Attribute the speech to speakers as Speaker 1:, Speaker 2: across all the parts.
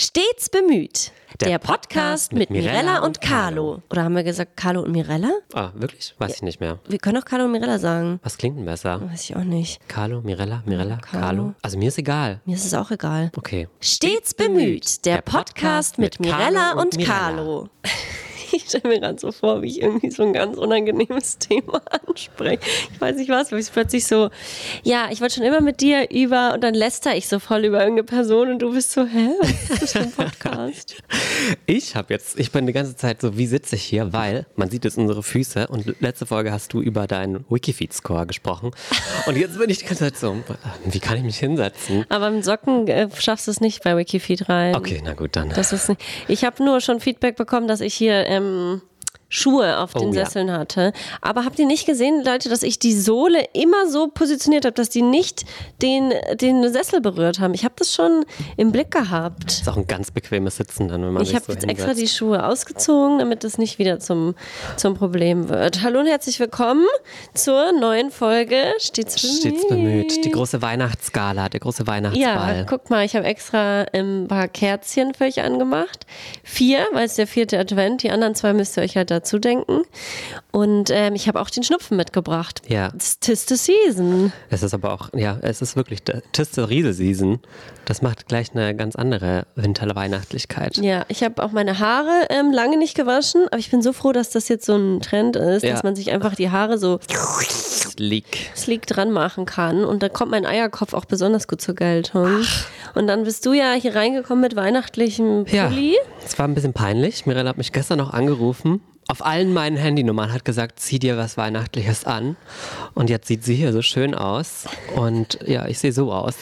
Speaker 1: Stets bemüht.
Speaker 2: Der
Speaker 1: Der, Podcast mit Mirella und Carlo. Oder haben wir gesagt Carlo und Mirella?
Speaker 2: Ah, wirklich? Weiß ich nicht mehr.
Speaker 1: Wir können auch Carlo und Mirella sagen.
Speaker 2: Was klingt denn besser?
Speaker 1: Weiß ich auch nicht.
Speaker 2: Carlo, Mirella, Mirella,
Speaker 1: Carlo.
Speaker 2: Carlo. Also mir ist egal.
Speaker 1: Mir ist es auch egal.
Speaker 2: Okay.
Speaker 1: Stets bemüht. Der Podcast mit Mirella und Carlo. Ich stelle mir gerade so vor, wie ich irgendwie so ein ganz unangenehmes Thema anspreche. Ich weiß nicht was, weil ich plötzlich so, ja, ich wollte schon immer mit dir über und dann läster ich so voll über irgendeine Person und du bist so, hä? Was ist das für ein Podcast?
Speaker 2: Ich habe jetzt, ich bin die ganze Zeit so, wie sitze ich hier? Weil man sieht jetzt unsere Füße und letzte Folge hast du über deinen Wikifeed-Score gesprochen. Und jetzt bin ich die ganze Zeit so, wie kann ich mich hinsetzen?
Speaker 1: Aber mit Socken äh, schaffst du es nicht bei Wikifeed rein.
Speaker 2: Okay, na gut, dann.
Speaker 1: Das ist nicht. Ich habe nur schon Feedback bekommen, dass ich hier ähm, Schuhe auf den
Speaker 2: Oh ja.
Speaker 1: Sesseln hatte. Aber habt ihr nicht gesehen, Leute, dass ich die Sohle immer so positioniert habe, dass die nicht den, den Sessel berührt haben? Ich habe das schon im Blick gehabt.
Speaker 2: ist auch ein ganz bequemes Sitzen dann, wenn man
Speaker 1: Ich
Speaker 2: sich
Speaker 1: habe
Speaker 2: so
Speaker 1: jetzt extra
Speaker 2: hinsetzt.
Speaker 1: die Schuhe ausgezogen, damit das nicht wieder zum, zum Problem wird. Hallo und herzlich willkommen zur neuen Folge. Stets bemüht.
Speaker 2: Stets bemüht. Die große Weihnachtsgala, der große Weihnachtsball.
Speaker 1: Ja, guck mal, ich habe extra ein paar Kerzchen für euch angemacht. Vier, weil es der vierte Advent, die anderen zwei müsst ihr euch halt dazu denken. Und ähm, ich habe auch den Schnupfen mitgebracht.
Speaker 2: Ja.
Speaker 1: It's tis the season.
Speaker 2: Es ist aber auch, ja, es ist wirklich der- Tis the Riese-Season. Das macht gleich eine ganz andere Winterweihnachtlichkeit.
Speaker 1: Ja, ich habe auch meine Haare ähm, lange nicht gewaschen, aber ich bin so froh, dass das jetzt so ein Trend ist,
Speaker 2: Ja.
Speaker 1: dass man sich einfach die Haare so
Speaker 2: Sleek.
Speaker 1: sleek dran machen kann. Und da kommt mein Eierkopf auch besonders gut zur Geltung. Und dann bist du ja hier reingekommen mit weihnachtlichem
Speaker 2: Ja,
Speaker 1: Pulli.
Speaker 2: es war ein bisschen peinlich. Mirella hat mich gestern noch angerufen. Auf allen meinen Handynummern hat gesagt, zieh dir was Weihnachtliches an. Und jetzt sieht sie hier so schön aus. Und ja, ich sehe so aus.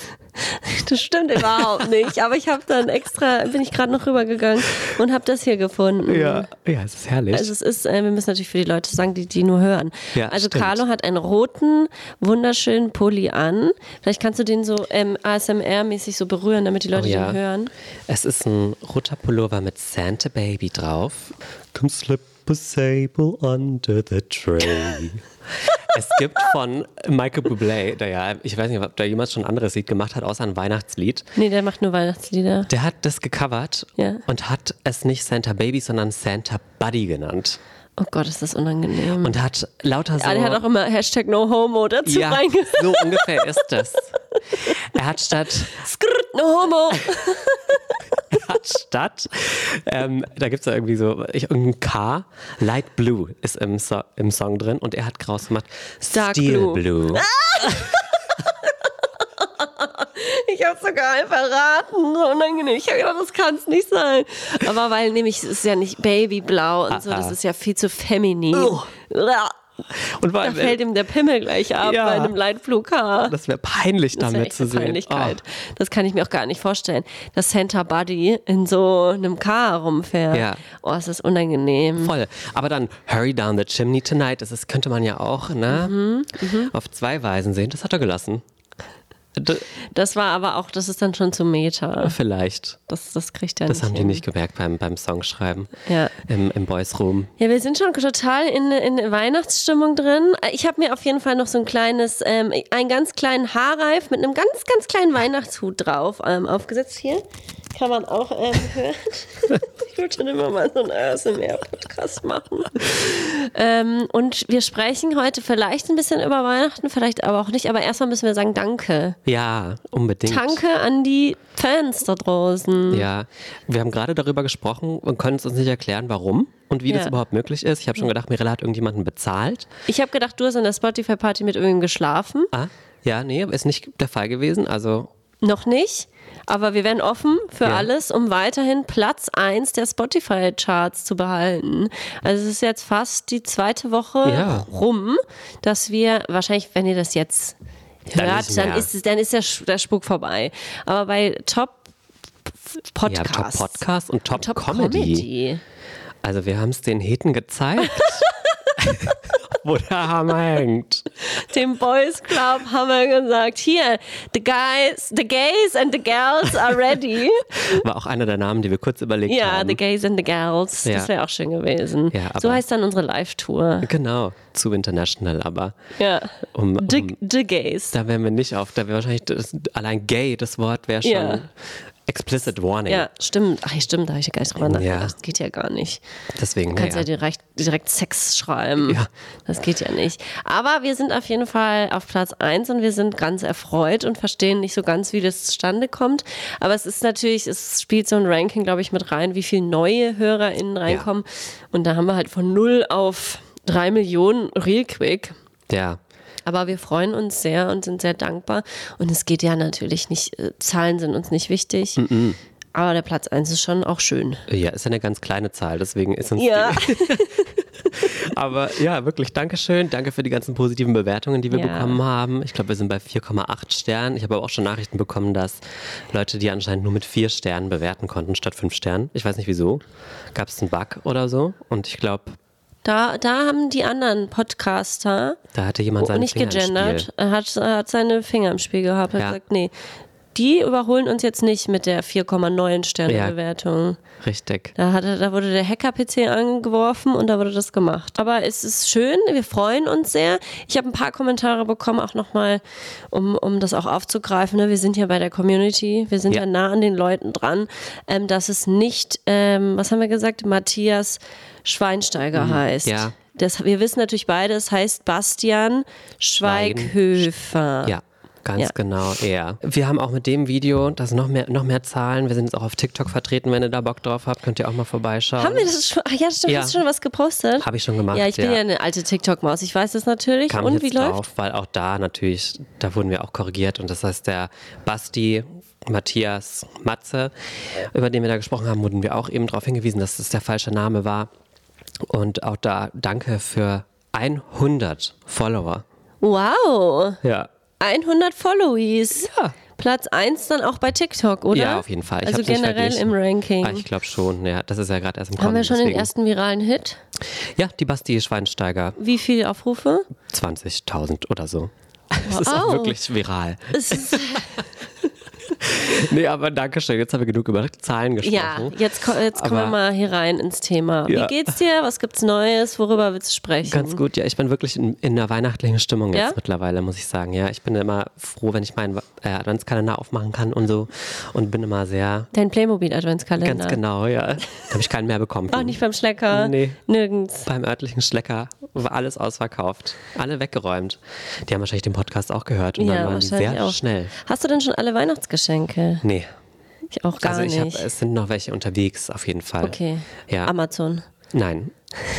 Speaker 1: Das stimmt überhaupt nicht. Aber ich habe dann extra, bin ich gerade noch rübergegangen und habe das hier gefunden.
Speaker 2: ja, es ist herrlich.
Speaker 1: Also es ist, äh, wir müssen natürlich für die Leute sagen, die die nur hören.
Speaker 2: Ja,
Speaker 1: also
Speaker 2: stimmt.
Speaker 1: Carlo hat einen roten, wunderschönen Pulli an. Vielleicht kannst du den so ähm, ASMR-mäßig so berühren, damit die Leute
Speaker 2: Oh ja.
Speaker 1: den hören.
Speaker 2: Es ist ein roter Pullover mit Santa Baby drauf. Come slip a sable under the tray. es gibt von Michael Bublé, der ja, ich weiß nicht, ob der jemals schon ein anderes Lied gemacht hat, außer ein Weihnachtslied.
Speaker 1: Nee, der macht nur Weihnachtslieder.
Speaker 2: Der hat das gecovert
Speaker 1: Ja.
Speaker 2: und hat es nicht Santa Baby, sondern Santa Buddy genannt.
Speaker 1: Oh Gott, ist das unangenehm.
Speaker 2: Und hat lauter so...
Speaker 1: Ah, der hat auch immer Hashtag No Homo dazu
Speaker 2: Oh. ja,
Speaker 1: reinge...
Speaker 2: so ungefähr ist das. Er hat statt
Speaker 1: Skrrt, no Homo.
Speaker 2: hat statt. Ähm, da gibt es ja irgendwie so, ich, irgendein K. Light Blue ist im, so im Song drin und er hat draus gemacht
Speaker 1: Dark
Speaker 2: Steel
Speaker 1: Blue. Ah, Ich habe sogar allen verraten. So unangenehm. Ich habe gedacht, das kann es nicht sein. Aber weil nämlich es ist ja nicht Babyblau und so,
Speaker 2: Ah, Oh. ah.
Speaker 1: das ist ja viel zu feminin. Ja,
Speaker 2: Und vor
Speaker 1: Da
Speaker 2: allem,
Speaker 1: fällt ihm der Pimmel gleich ab
Speaker 2: Ja.
Speaker 1: bei einem Leitflughaar.
Speaker 2: das wäre peinlich
Speaker 1: Das wäre
Speaker 2: damit
Speaker 1: echt
Speaker 2: zu
Speaker 1: eine
Speaker 2: sehen.
Speaker 1: Peinlichkeit.
Speaker 2: Oh.
Speaker 1: Das kann ich mir auch gar nicht vorstellen, dass Santa Buddy in so einem Car rumfährt.
Speaker 2: Ja.
Speaker 1: Oh, es ist unangenehm.
Speaker 2: Oh, Voll. Aber dann Hurry Down the Chimney Tonight, das ist, könnte man ja auch ne?
Speaker 1: Mhm,
Speaker 2: auf zwei Weisen sehen. Das hat er gelassen. D
Speaker 1: Das war aber auch, das ist dann schon zu Meta.
Speaker 2: vielleicht.
Speaker 1: Das, das kriegt er
Speaker 2: Das
Speaker 1: nicht
Speaker 2: haben die
Speaker 1: hin.
Speaker 2: nicht gemerkt beim, beim Songschreiben
Speaker 1: Ja.
Speaker 2: im, im Boys Room.
Speaker 1: Ja, wir sind schon total in, in Weihnachtsstimmung drin. Äh, Ich habe mir auf jeden Fall noch so ein kleines, ähm, einen ganz kleinen Haarreif mit einem ganz, ganz kleinen Weihnachtshut drauf ähm, aufgesetzt hier. Kann man auch ähm, hören. ich würde schon immer mal so einen ASMR-Podcast machen. Ähm, und wir sprechen heute vielleicht ein bisschen über Weihnachten, vielleicht aber auch nicht. Aber erstmal müssen wir sagen Danke.
Speaker 2: Ja, unbedingt.
Speaker 1: Danke an die Fans da draußen.
Speaker 2: Ja, wir haben gerade darüber gesprochen und können es uns nicht erklären, warum und wie das
Speaker 1: Ja. Mhm.
Speaker 2: überhaupt möglich ist. Ich habe schon gedacht, Mirella hat irgendjemanden bezahlt.
Speaker 1: Ich habe gedacht, du hast an der Spotify-Party mit irgendjemandem geschlafen.
Speaker 2: Ah, ja, nee, ist nicht der Fall gewesen. Also,
Speaker 1: Noch nicht, aber wir werden offen für
Speaker 2: Ja.
Speaker 1: alles, um weiterhin Platz 1 der Spotify-Charts zu behalten. Also es ist jetzt fast die zweite Woche
Speaker 2: Ja.
Speaker 1: rum, dass wir, wahrscheinlich, wenn ihr das jetzt
Speaker 2: Dann
Speaker 1: hört,
Speaker 2: nicht
Speaker 1: dann
Speaker 2: mehr.
Speaker 1: ist, es- dann ist der, Sch- der Spuk vorbei. Aber bei Top
Speaker 2: ja, Top
Speaker 1: Podcasts.
Speaker 2: Podcast und Top,
Speaker 1: Top
Speaker 2: Comedy.
Speaker 1: Comedy.
Speaker 2: Also, wir haben es den Heten gezeigt, wo der Hammer hängt.
Speaker 1: Dem Boys Club haben wir gesagt, hier, the guys, the gays and the girls are ready.
Speaker 2: War auch einer der Namen, die wir kurz überlegt
Speaker 1: Ja,
Speaker 2: haben.
Speaker 1: The Gays and the Girls.
Speaker 2: Ja.
Speaker 1: Das wäre auch schön gewesen.
Speaker 2: Ja, aber-
Speaker 1: so heißt dann unsere Live-Tour.
Speaker 2: Genau, zu international, aber
Speaker 1: Ja.
Speaker 2: um, um
Speaker 1: The, the Gays.
Speaker 2: da wären wir nicht auf, da wäre wahrscheinlich das, allein gay, das Wort wäre schon
Speaker 1: Ja.
Speaker 2: Explicit Warning.
Speaker 1: Ja, stimmt. Ach, stimmt, da habe ich ja gar nicht drüber
Speaker 2: Ja.
Speaker 1: nachgedacht. Das geht ja gar nicht. Du
Speaker 2: Deswegen.
Speaker 1: kannst ja,
Speaker 2: naja.
Speaker 1: direkt, direkt Sex schreiben.
Speaker 2: Ja.
Speaker 1: Das geht ja nicht. Aber wir sind auf jeden Fall auf Platz 1 und wir sind ganz erfreut und verstehen nicht so ganz, wie das zustande kommt. Aber es ist natürlich, es spielt so ein Ranking, glaube ich, mit rein, wie viel neue HörerInnen reinkommen. Und da haben wir halt von 0 auf 3 Millionen real quick.
Speaker 2: ja.
Speaker 1: Aber wir freuen uns sehr und sind sehr dankbar. Und es geht ja natürlich nicht, äh, Zahlen sind uns nicht
Speaker 2: Mm,
Speaker 1: wichtig. Aber der Platz 1 ist schon auch schön.
Speaker 2: Ja, ist ja eine ganz kleine Zahl, deswegen ist uns
Speaker 1: Ja.
Speaker 2: Aber ja, wirklich, Dankeschön. Danke für die ganzen positiven Bewertungen, die wir
Speaker 1: Ja.
Speaker 2: bekommen haben. Ich glaube, wir sind bei 4,8 Sternen. Ich habe aber auch schon Nachrichten bekommen, dass Leute, die anscheinend nur mit 4 Sternen bewerten konnten, statt 5 Sternen. Ich weiß nicht wieso. Gab es einen Bug oder so? Und ich glaube,
Speaker 1: Da, da haben die anderen Podcaster
Speaker 2: da hatte jemand seinen
Speaker 1: Oh, nicht
Speaker 2: Finger im
Speaker 1: gegendert,
Speaker 2: Spiel.
Speaker 1: er hat, er hat seine Finger im Spiel gehabt, hat
Speaker 2: Ja.
Speaker 1: gesagt, nee, die überholen uns jetzt nicht mit der 4,9 Sterne
Speaker 2: Ja.
Speaker 1: Bewertung.
Speaker 2: Richtig.
Speaker 1: Da, hatte, da wurde der Hacker-PC angeworfen und da wurde das gemacht. Aber es ist schön, wir freuen uns sehr. Ich habe ein paar Kommentare bekommen, auch nochmal, um, um das auch aufzugreifen. Ne? Wir sind ja bei der Community, wir sind ja,
Speaker 2: Ja.
Speaker 1: nah an den Leuten dran, ähm, dass es nicht, ähm, was haben wir gesagt, Matthias Schweinsteiger heißt.
Speaker 2: Mhm. ja.
Speaker 1: Das, wir wissen natürlich beide, es heißt Bastian Schweighöfer.
Speaker 2: Ja, ganz
Speaker 1: Ja.
Speaker 2: genau, er. Wir haben auch mit dem Video, das noch mehr, noch mehr Zahlen. Wir sind jetzt auch auf TikTok vertreten. Wenn ihr da Bock drauf habt, könnt ihr auch mal vorbeischauen.
Speaker 1: Haben wir das schon? Ach ja, stimmt,
Speaker 2: Ja.
Speaker 1: hast du schon was gepostet?
Speaker 2: Habe ich schon gemacht.
Speaker 1: ja, ich bin ja eine alte TikTok-Maus, ich weiß das natürlich.
Speaker 2: kam
Speaker 1: und
Speaker 2: jetzt
Speaker 1: wie läuft?
Speaker 2: drauf, weil auch da natürlich, da wurden wir auch korrigiert und das heißt der Basti, Matthias, Matze, über den wir da gesprochen haben, wurden wir auch eben darauf hingewiesen, dass das der falsche Name war und auch da danke für 100 Follower.
Speaker 1: Wow,
Speaker 2: Ja.
Speaker 1: 100 Followies.
Speaker 2: Ja.
Speaker 1: Platz 1 dann auch bei TikTok, oder?
Speaker 2: Ja, auf jeden Fall. Ich
Speaker 1: also
Speaker 2: hab's nicht
Speaker 1: generell
Speaker 2: verglichen.
Speaker 1: im Ranking.
Speaker 2: Ah, ich glaube schon, ja, das ist ja gerade erst im
Speaker 1: Haben
Speaker 2: Kommen,
Speaker 1: wir schon den
Speaker 2: deswegen-
Speaker 1: ersten viralen Hit?
Speaker 2: Ja, die Basti Schweinsteiger,
Speaker 1: Wie viele Aufrufe?
Speaker 2: 20.000 oder so. Das ist
Speaker 1: Wow.
Speaker 2: auch wirklich viral.
Speaker 1: Es ist,
Speaker 2: Nee, aber danke schön. Jetzt haben wir genug über Zahlen gesprochen.
Speaker 1: ja, jetzt, ko jetzt kommen wir
Speaker 2: Mhm. Aber-
Speaker 1: mal hier rein ins Thema.
Speaker 2: Ja.
Speaker 1: Wie geht's dir? Was gibt's Neues? Worüber willst du sprechen?
Speaker 2: Ganz gut, ja. Ich bin wirklich in, in einer weihnachtlichen Stimmung jetzt
Speaker 1: Mhm. Ja?
Speaker 2: mittlerweile, muss ich sagen. Ja, ich bin immer froh, wenn ich meinen äh, Adventskalender aufmachen kann und so und bin immer sehr
Speaker 1: Dein Playmobil-Adventskalender.
Speaker 2: ganz genau, ja. Da habe ich keinen mehr bekommen.
Speaker 1: Auch nicht beim Schlecker.
Speaker 2: Nee.
Speaker 1: Nirgends.
Speaker 2: Beim örtlichen Schlecker war alles ausverkauft, alle weggeräumt. Die haben wahrscheinlich den Podcast auch gehört und
Speaker 1: Ja,
Speaker 2: dann waren die
Speaker 1: wahrscheinlich
Speaker 2: sehr
Speaker 1: auch.
Speaker 2: schnell.
Speaker 1: Hast du denn schon alle Weihnachtsgeschenke?
Speaker 2: Nee.
Speaker 1: Ich auch gar
Speaker 2: also ich
Speaker 1: nicht.
Speaker 2: Hab, es sind noch welche unterwegs auf jeden Fall.
Speaker 1: okay.
Speaker 2: Ja.
Speaker 1: Amazon.
Speaker 2: Nein.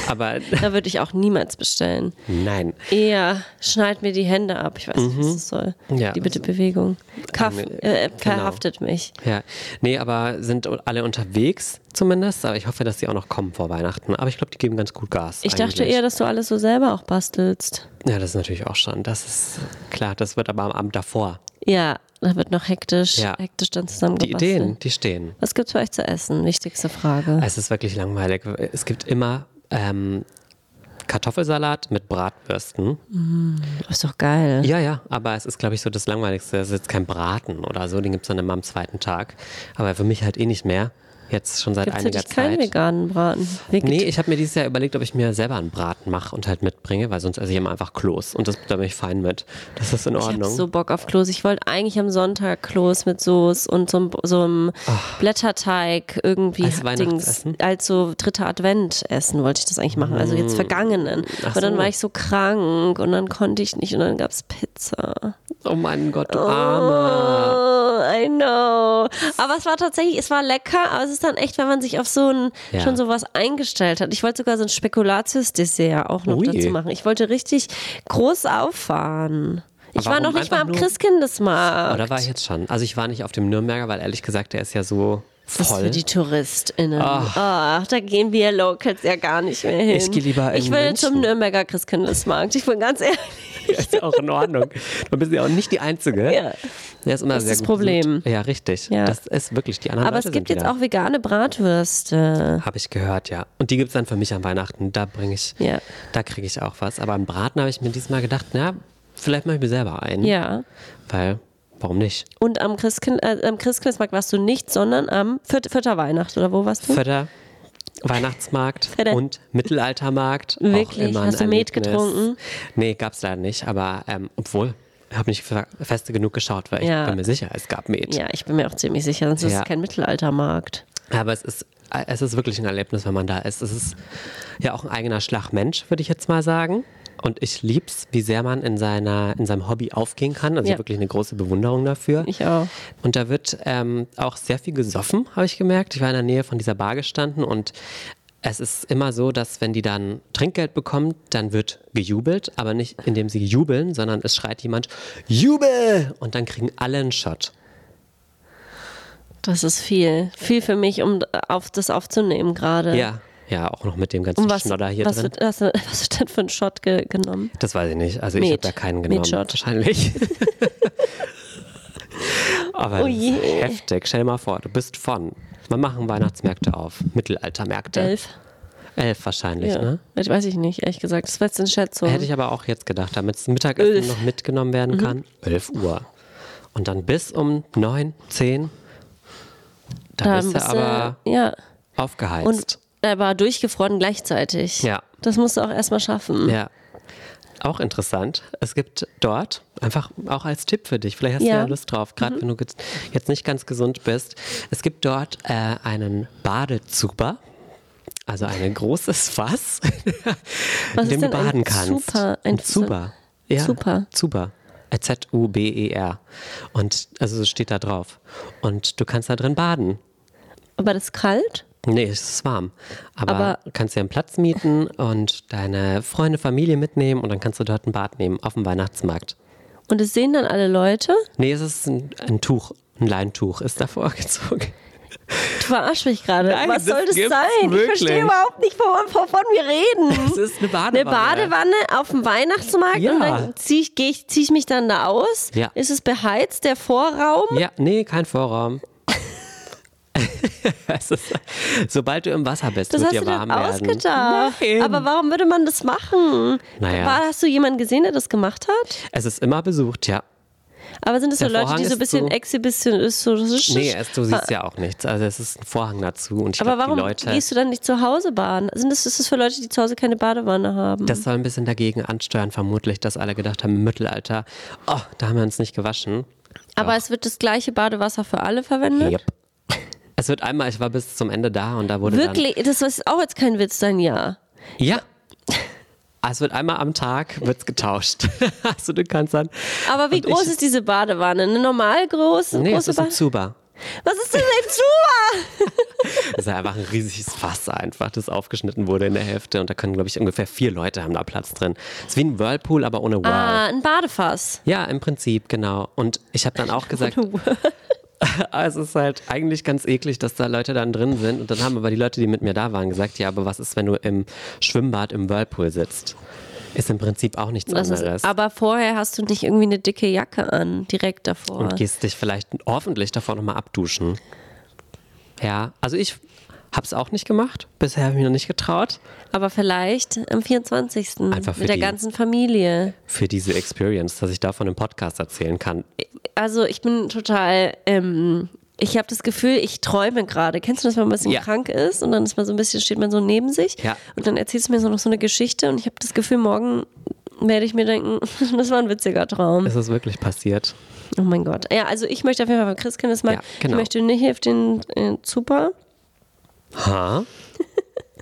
Speaker 2: Aber
Speaker 1: Da würde ich auch niemals bestellen.
Speaker 2: nein.
Speaker 1: Eher schneid mir die Hände ab. Ich weiß nicht, was das soll.
Speaker 2: Mhm. Ja.
Speaker 1: Die bitte Bewegung. Kaff,
Speaker 2: Ähm,
Speaker 1: äh,
Speaker 2: genau.
Speaker 1: verhaftet mich.
Speaker 2: Ja, nee, aber sind alle unterwegs zumindest. Aber ich hoffe, dass die auch noch kommen vor Weihnachten. Aber ich glaube, die geben ganz gut Gas.
Speaker 1: Ich dachte
Speaker 2: eigentlich.
Speaker 1: eher, dass du alles so selber auch bastelst.
Speaker 2: Ja, das ist natürlich auch schon. Das ist klar, das wird aber am Abend davor.
Speaker 1: Ja, da wird noch hektisch,
Speaker 2: Ja.
Speaker 1: hektisch dann
Speaker 2: Die
Speaker 1: zusammengebastelt.
Speaker 2: Ideen, die stehen.
Speaker 1: Was gibt's für euch zu essen? Wichtigste Frage.
Speaker 2: Es ist wirklich langweilig. Es gibt immer ähm, Kartoffelsalat mit Bratwürsten.
Speaker 1: Mhm.
Speaker 2: Äh,
Speaker 1: Ist doch geil.
Speaker 2: Ja, ja, aber es ist, glaube ich, so das Langweiligste. Es ist jetzt kein Braten oder so, den gibt es dann immer am zweiten Tag. Aber für mich halt eh nicht mehr. Jetzt schon seit
Speaker 1: Gibt's für
Speaker 2: einiger
Speaker 1: dich keinen
Speaker 2: Zeit.
Speaker 1: veganen Braten? Veget
Speaker 2: Nee, ich habe mir dieses Jahr überlegt, ob ich mir selber einen Braten mache und halt mitbringe, weil sonst esse ich immer einfach Kloß und das, da bin ich fein mit. Das ist in
Speaker 1: Ich hab
Speaker 2: Ordnung.
Speaker 1: so Bock auf Kloß. Ich wollte eigentlich am Sonntag Kloß mit Soße und so, so einem Blätterteig irgendwie
Speaker 2: Als
Speaker 1: Dings,
Speaker 2: Weihnachtsessen? Hm.
Speaker 1: als so dritter Advent essen wollte ich das eigentlich machen. Also jetzt vergangenen.
Speaker 2: Ach
Speaker 1: Aber dann
Speaker 2: so.
Speaker 1: war ich so krank und dann konnte ich nicht und dann gab's Pizza.
Speaker 2: oh mein Gott, du Armer.
Speaker 1: Oh, I know. Aber es war tatsächlich, es war lecker, aber es ist dann echt, wenn man sich auf so ein,
Speaker 2: Ja.
Speaker 1: schon sowas eingestellt hat. Ich wollte sogar so ein Spekulatius-Dessert auch noch
Speaker 2: Ui.
Speaker 1: dazu machen. Ich wollte richtig groß auffahren. Ich
Speaker 2: Aber
Speaker 1: war noch
Speaker 2: warum
Speaker 1: nicht mal
Speaker 2: einfach
Speaker 1: am
Speaker 2: nur-
Speaker 1: Christkindesmarkt.
Speaker 2: Aber da war ich jetzt schon. Also ich war nicht auf dem Nürnberger, weil ehrlich gesagt, der ist ja so
Speaker 1: das ist für
Speaker 2: voll.
Speaker 1: die TouristInnen. Ach. da gehen wir Locals ja gar nicht mehr hin.
Speaker 2: Ah. Ich geh lieber in
Speaker 1: Ich will
Speaker 2: München.
Speaker 1: zum Nürnberger Christkindesmarkt. Ich bin ganz ehrlich.
Speaker 2: Ja, ist ja auch in Ordnung. Du bist ja auch nicht die Einzige.
Speaker 1: Ja.
Speaker 2: Der ist immer
Speaker 1: Das ist
Speaker 2: sehr
Speaker 1: das
Speaker 2: gut
Speaker 1: Problem.
Speaker 2: besucht. Ja, richtig.
Speaker 1: Ja.
Speaker 2: Das ist wirklich die anderen
Speaker 1: Aber es
Speaker 2: Leute
Speaker 1: gibt
Speaker 2: sind
Speaker 1: jetzt
Speaker 2: wieder.
Speaker 1: auch vegane Bratwürste.
Speaker 2: Habe ich gehört, ja. Und die gibt es dann für mich an Weihnachten. Da bringe ich,
Speaker 1: Ja.
Speaker 2: da kriege ich auch was. Aber am Braten habe ich mir diesmal gedacht, na, vielleicht mache ich mir selber einen.
Speaker 1: Ja.
Speaker 2: Weil, warum nicht?
Speaker 1: Und am, Christkind, äh, am Christkindlesmarkt warst du nicht, sondern am Viert- Vierter Weihnacht oder wo warst du?
Speaker 2: Vetter, Weihnachtsmarkt
Speaker 1: Vetter.
Speaker 2: und Mittelaltermarkt.
Speaker 1: Wirklich?
Speaker 2: Auch immer ein
Speaker 1: Hast du Met
Speaker 2: Erlebnis.
Speaker 1: getrunken?
Speaker 2: Nee, gab's leider nicht. Aber ähm, obwohl, habe nicht fe- feste genug geschaut, weil ich
Speaker 1: Ja.
Speaker 2: bin mir sicher, es gab Met.
Speaker 1: Ja, ich bin mir auch ziemlich sicher, sonst ist
Speaker 2: Ja.
Speaker 1: es kein Mittelaltermarkt.
Speaker 2: Aber es ist, es ist wirklich ein Erlebnis, wenn man da ist. Es ist ja auch ein eigener Schlagmensch, würde ich jetzt mal sagen. Und ich lieb's, wie sehr man in, seiner, in seinem Hobby aufgehen kann. Also
Speaker 1: Ja.
Speaker 2: wirklich eine große Bewunderung dafür.
Speaker 1: Ich auch.
Speaker 2: Und da wird ähm, auch sehr viel gesoffen, habe ich gemerkt. Ich war in der Nähe von dieser Bar gestanden und es ist immer so, dass wenn die dann Trinkgeld bekommen, dann wird gejubelt, aber nicht indem sie jubeln, sondern es schreit jemand Jubel und dann kriegen alle einen Shot.
Speaker 1: Das ist viel. Viel für mich, um auf das aufzunehmen gerade.
Speaker 2: Ja, ja, auch noch mit dem ganzen
Speaker 1: Und was,
Speaker 2: Schnodder hier
Speaker 1: was,
Speaker 2: drin.
Speaker 1: wird, was, was wird denn für ein Shot ge genommen?
Speaker 2: Das weiß ich nicht. Also ich habe
Speaker 1: Met.
Speaker 2: da keinen genommen.
Speaker 1: Metshot.
Speaker 2: Wahrscheinlich. Aber
Speaker 1: Oh
Speaker 2: das ist
Speaker 1: je.
Speaker 2: heftig. Stell dir mal vor, du bist von. Wann machen Weihnachtsmärkte auf? Mittelaltermärkte.
Speaker 1: Elf?
Speaker 2: Elf wahrscheinlich,
Speaker 1: Ja.
Speaker 2: ne?
Speaker 1: Ich weiß ich nicht, ehrlich gesagt. Das war jetzt eine Schätzung.
Speaker 2: Hätte ich aber auch jetzt gedacht, damit das Mittagessen
Speaker 1: Elf. Mhm.
Speaker 2: noch mitgenommen werden kann. 11 Uhr. Und dann bis um 9, 10. Da
Speaker 1: Dann
Speaker 2: bist du
Speaker 1: bist du-
Speaker 2: aber
Speaker 1: ja.
Speaker 2: aufgeheizt.
Speaker 1: Und er war durchgefroren gleichzeitig.
Speaker 2: Ja.
Speaker 1: Das musst du auch erstmal schaffen.
Speaker 2: Ja. Auch interessant. Es gibt dort, einfach auch als Tipp für dich, vielleicht hast du
Speaker 1: Ja. Mhm.
Speaker 2: ja Lust drauf, gerade wenn du jetzt- jetzt nicht ganz gesund bist. Es gibt dort äh, einen Badezuber, also ein großes Fass,
Speaker 1: Was
Speaker 2: in dem
Speaker 1: ist
Speaker 2: du
Speaker 1: denn ein
Speaker 2: baden kannst.
Speaker 1: Zuber? Ein
Speaker 2: ein Zuber. Ja,
Speaker 1: Zuber.
Speaker 2: Zuber. Äh, Z-U-B-E-R. E Und also es steht da drauf. Und du kannst da drin baden.
Speaker 1: Aber das ist kalt?
Speaker 2: Nee, es ist warm. Aber,
Speaker 1: Aber-
Speaker 2: du kannst dir einen Platz mieten und deine Freunde, Familie mitnehmen und dann kannst du dort ein Bad nehmen auf dem Weihnachtsmarkt.
Speaker 1: Und es sehen dann alle Leute?
Speaker 2: Nee, es ist ein, ein Tuch, ein Leintuch ist davor gezogen.
Speaker 1: Du verarsch mich gerade.
Speaker 2: Nein,
Speaker 1: Was
Speaker 2: das
Speaker 1: soll das
Speaker 2: gibt's
Speaker 1: sein? Ich
Speaker 2: wirklich.
Speaker 1: verstehe überhaupt nicht, wovon, wovon wir reden.
Speaker 2: Es ist eine Badewanne.
Speaker 1: Eine Badewanne auf dem Weihnachtsmarkt
Speaker 2: Ja.
Speaker 1: und dann ziehe ich, geh ich, zieh ich mich dann da aus.
Speaker 2: Ja.
Speaker 1: Ist es beheizt, der Vorraum?
Speaker 2: Ja, nee, kein Vorraum. es ist, sobald du im Wasser bist,
Speaker 1: Das
Speaker 2: wird
Speaker 1: hast
Speaker 2: dir
Speaker 1: du
Speaker 2: warm
Speaker 1: dann
Speaker 2: werden.
Speaker 1: ausgedacht.
Speaker 2: Nein.
Speaker 1: Aber warum würde man das machen?
Speaker 2: Naja.
Speaker 1: War, hast du jemanden gesehen, der das gemacht hat?
Speaker 2: es ist immer besucht, ja.
Speaker 1: Aber sind es so
Speaker 2: Der
Speaker 1: Leute,
Speaker 2: Vorhang
Speaker 1: die so ein
Speaker 2: ist
Speaker 1: bisschen
Speaker 2: so-
Speaker 1: exhibitionistisch
Speaker 2: Nee, es, du siehst ja auch nichts. Also es ist ein Vorhang dazu und ich
Speaker 1: Aber
Speaker 2: glaube, die
Speaker 1: warum
Speaker 2: Leute...
Speaker 1: gehst du dann nicht zu Hause baden? Sind das, ist das für Leute, die zu Hause keine Badewanne haben?
Speaker 2: Das soll ein bisschen dagegen ansteuern, vermutlich, dass alle gedacht haben, im Mittelalter, oh, da haben wir uns nicht gewaschen.
Speaker 1: Aber es wird das gleiche Badewasser für alle verwendet?
Speaker 2: Yep. Es wird einmal, ich war bis zum Ende da und da wurde
Speaker 1: Wirklich, das ist auch jetzt kein Witz, dein Jahr.
Speaker 2: dann... Ja. Ah, Es wird einmal am Tag, wird's getauscht. also du kannst dann...
Speaker 1: Aber wie
Speaker 2: Und ich-
Speaker 1: groß ist diese Badewanne? Eine normal groß,
Speaker 2: Nee, es
Speaker 1: große
Speaker 2: ist ein
Speaker 1: Badewanne?
Speaker 2: Zuba.
Speaker 1: Was ist denn ein Zuber?
Speaker 2: Es ist einfach ein riesiges Fass einfach, das aufgeschnitten wurde in der Hälfte und da können, glaube ich, ungefähr vier Leute haben da Platz drin. Es ist wie ein Whirlpool, aber ohne Wow.
Speaker 1: Ah, ein Badefass.
Speaker 2: Ja, im Prinzip, genau. Und ich habe dann auch gesagt, es ist halt eigentlich ganz eklig, dass da Leute dann drin sind. Und dann haben aber die Leute, die mit mir da waren, gesagt, ja, aber was ist, wenn du im Schwimmbad im Whirlpool sitzt? Ist im Prinzip auch nichts
Speaker 1: Das
Speaker 2: anderes.
Speaker 1: ist, aber vorher hast du nicht irgendwie eine dicke Jacke an, direkt davor.
Speaker 2: und gehst dich vielleicht hoffentlich davor nochmal abduschen. Ja, also ich hab's auch nicht gemacht. Bisher habe ich mich noch nicht getraut.
Speaker 1: aber vielleicht am 24.
Speaker 2: Einfach für
Speaker 1: mit der
Speaker 2: die-
Speaker 1: ganzen Familie.
Speaker 2: Für diese Experience, dass ich davon im Podcast erzählen kann.
Speaker 1: Also ich bin total, ähm, ich habe das Gefühl, ich träume gerade. Kennst du das, wenn man ein bisschen
Speaker 2: Ja.
Speaker 1: krank ist und dann ist man so ein bisschen, steht man so neben sich
Speaker 2: Ja.
Speaker 1: und dann erzählst du mir so noch so eine Geschichte und ich habe das Gefühl, morgen werde ich mir denken, das war ein witziger Traum.
Speaker 2: Es ist wirklich passiert.
Speaker 1: Oh mein Gott. Ja, also ich möchte auf jeden Fall von Chris Kenntnis machen.
Speaker 2: Ja, genau.
Speaker 1: Ich möchte nicht auf den äh, Super.
Speaker 2: Ha?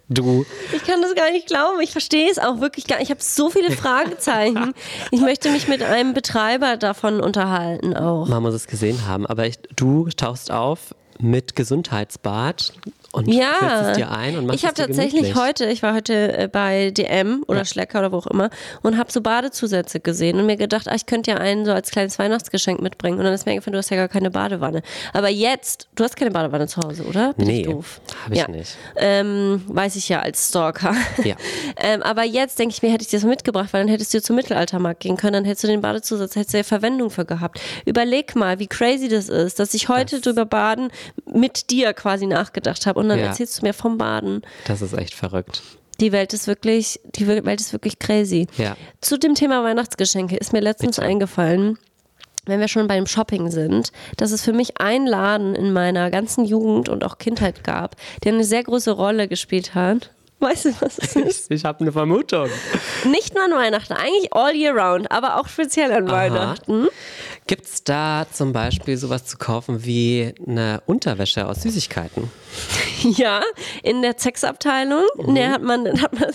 Speaker 2: Du.
Speaker 1: Ich kann das gar nicht glauben. Ich verstehe es auch wirklich gar nicht. Ich habe so viele Fragezeichen. ich möchte mich mit einem Betreiber davon unterhalten auch.
Speaker 2: Man muss es gesehen haben, aber ich, du tauchst auf mit Gesundheitsbad und füllst
Speaker 1: Ja,
Speaker 2: es dir ein und machst
Speaker 1: ich habe
Speaker 2: es dir
Speaker 1: tatsächlich
Speaker 2: gemütlich.
Speaker 1: heute, ich war heute äh, bei DM oder
Speaker 2: Ja.
Speaker 1: Schlecker oder wo auch immer und habe so Badezusätze gesehen und mir gedacht, ah, ich könnte ja einen so als kleines Weihnachtsgeschenk mitbringen und dann ist mir eingefallen, du hast ja gar keine Badewanne. Aber jetzt, du hast keine Badewanne zu Hause, oder? Bin ich
Speaker 2: Nee,
Speaker 1: doof?
Speaker 2: hab ich nicht.
Speaker 1: Ähm, weiß ich ja als Stalker.
Speaker 2: Ja.
Speaker 1: ähm, aber jetzt denke ich mir, hätte ich dir das mitgebracht, weil dann hättest du zum Mittelaltermarkt gehen können, dann hättest du den Badezusatz, hättest du ja Verwendung für gehabt. Überleg mal, wie crazy das ist, dass ich heute drüber baden mit dir quasi nachgedacht habe und dann
Speaker 2: Ja.
Speaker 1: erzählst du mir vom Baden.
Speaker 2: Das ist echt verrückt.
Speaker 1: Die Welt ist wirklich, die Welt ist wirklich crazy.
Speaker 2: Ja.
Speaker 1: Zu dem Thema Weihnachtsgeschenke ist mir letztens eingefallen, wenn wir schon beim Shopping sind, dass es für mich einen Laden in meiner ganzen Jugend und auch Kindheit gab, der eine sehr große Rolle gespielt hat. Weißt du, was es
Speaker 2: Ich,
Speaker 1: ist?
Speaker 2: ich habe eine Vermutung.
Speaker 1: Nicht nur an Weihnachten, eigentlich all year round, aber auch speziell an Weihnachten.
Speaker 2: Gibt es da zum Beispiel sowas zu kaufen wie eine Unterwäsche aus Süßigkeiten?
Speaker 1: Ja, in der Sexabteilung. Mhm. Da hat man, dann hat man,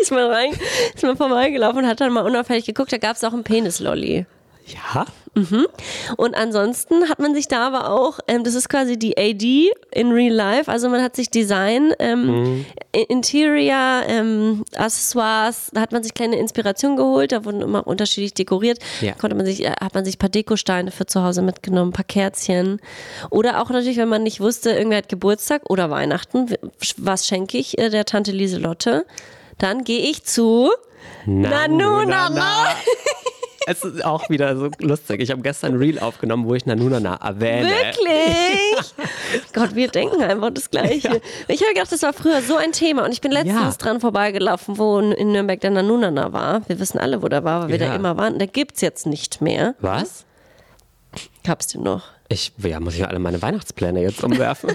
Speaker 1: ist man rein, ist man vorbeigelaufen und hat dann mal unauffällig geguckt. Da gab es auch einen Penislolli.
Speaker 2: Ja.
Speaker 1: Und ansonsten hat man sich da aber auch, ähm, das ist quasi die AD in Real Life, also man hat sich Design, ähm, I- Interior, ähm, Accessoires, da hat man sich kleine Inspiration geholt, da wurden immer unterschiedlich dekoriert,
Speaker 2: Ja.
Speaker 1: konnte man sich, äh, hat man sich ein paar Dekosteine für zu Hause mitgenommen, ein paar Kerzchen oder auch natürlich, wenn man nicht wusste, irgendwer hat Geburtstag oder Weihnachten, w- was schenke ich äh, der Tante Lieselotte, dann gehe ich zu... Nanu, Nana.
Speaker 2: Es ist auch wieder so lustig. Ich habe gestern ein Reel aufgenommen, wo ich Nanunana erwähne.
Speaker 1: Wirklich? Gott, wir denken einfach das Gleiche. Ich habe gedacht, das war früher so ein Thema und ich bin letztens
Speaker 2: Ja.
Speaker 1: dran vorbeigelaufen, wo in- in Nürnberg der Nanunana war. Wir wissen alle, wo der war, weil wir da
Speaker 2: Ja.
Speaker 1: immer waren. Der gibt's jetzt nicht mehr.
Speaker 2: Was?
Speaker 1: Gab's den noch?
Speaker 2: Ich, ja, muss ich ja alle meine Weihnachtspläne jetzt umwerfen.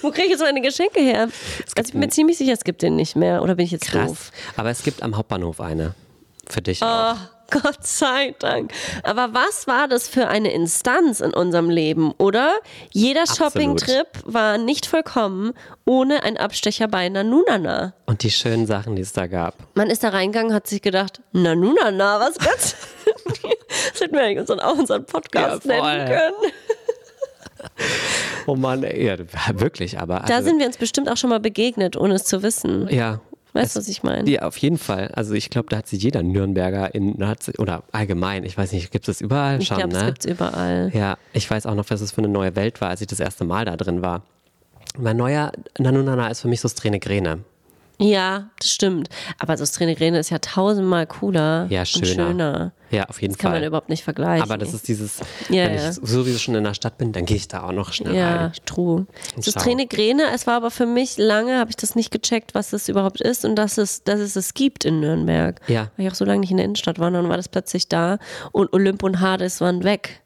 Speaker 1: Wo kriege ich jetzt meine Geschenke her? Also ich bin mir ziemlich sicher, es gibt den nicht mehr. Oder bin ich jetzt doof?
Speaker 2: Krass. Aber es gibt am Hauptbahnhof eine. Für dich auch.
Speaker 1: Oh, Gott sei Dank. Aber was war das für eine Instanz in unserem Leben, oder? Jeder
Speaker 2: Absolut.
Speaker 1: Shopping-Trip war nicht vollkommen ohne einen Abstecher bei Nanunana.
Speaker 2: Und die schönen Sachen, die es da gab.
Speaker 1: Man ist da reingegangen, hat sich gedacht, na nu, na na, was ganz. das hätten wir eigentlich unseren, auch unseren Podcast
Speaker 2: Ja, voll.
Speaker 1: nennen können.
Speaker 2: Oh Mann, ey, ja, wirklich, aber.
Speaker 1: Da
Speaker 2: also-
Speaker 1: sind wir uns bestimmt auch schon mal begegnet, ohne es zu wissen.
Speaker 2: Ja.
Speaker 1: Weißt du, was ich meine?
Speaker 2: Ja, auf jeden Fall. Also ich glaube, da hat sich jeder Nürnberger in da hat sich- oder allgemein, ich weiß nicht, gibt es das überall
Speaker 1: ich
Speaker 2: schon,
Speaker 1: glaube, es
Speaker 2: ne?
Speaker 1: gibt's überall.
Speaker 2: Ja, ich weiß auch noch, was es für eine neue Welt war, als ich das erste Mal da drin war. Mein neuer Nanunana ist für mich so Strähne Grene.
Speaker 1: Ja, das stimmt. Aber so Strähne Grene ist ja tausendmal cooler
Speaker 2: Ja,
Speaker 1: und
Speaker 2: schöner.
Speaker 1: schöner.
Speaker 2: Ja, auf jeden
Speaker 1: Das kann
Speaker 2: Fall.
Speaker 1: man überhaupt nicht vergleichen.
Speaker 2: aber das ist dieses,
Speaker 1: Ja,
Speaker 2: wenn
Speaker 1: ja.
Speaker 2: ich sowieso schon in der Stadt bin, dann gehe ich da auch noch schnell
Speaker 1: Ja,
Speaker 2: rein.
Speaker 1: true. So
Speaker 2: schau.
Speaker 1: Träne Grene, es war aber für mich lange, habe ich das nicht gecheckt, was das überhaupt ist und dass es, dass es es gibt in Nürnberg.
Speaker 2: Ja.
Speaker 1: Weil ich auch so lange nicht in der Innenstadt war, und dann war das plötzlich da und Olymp und Hades waren weg.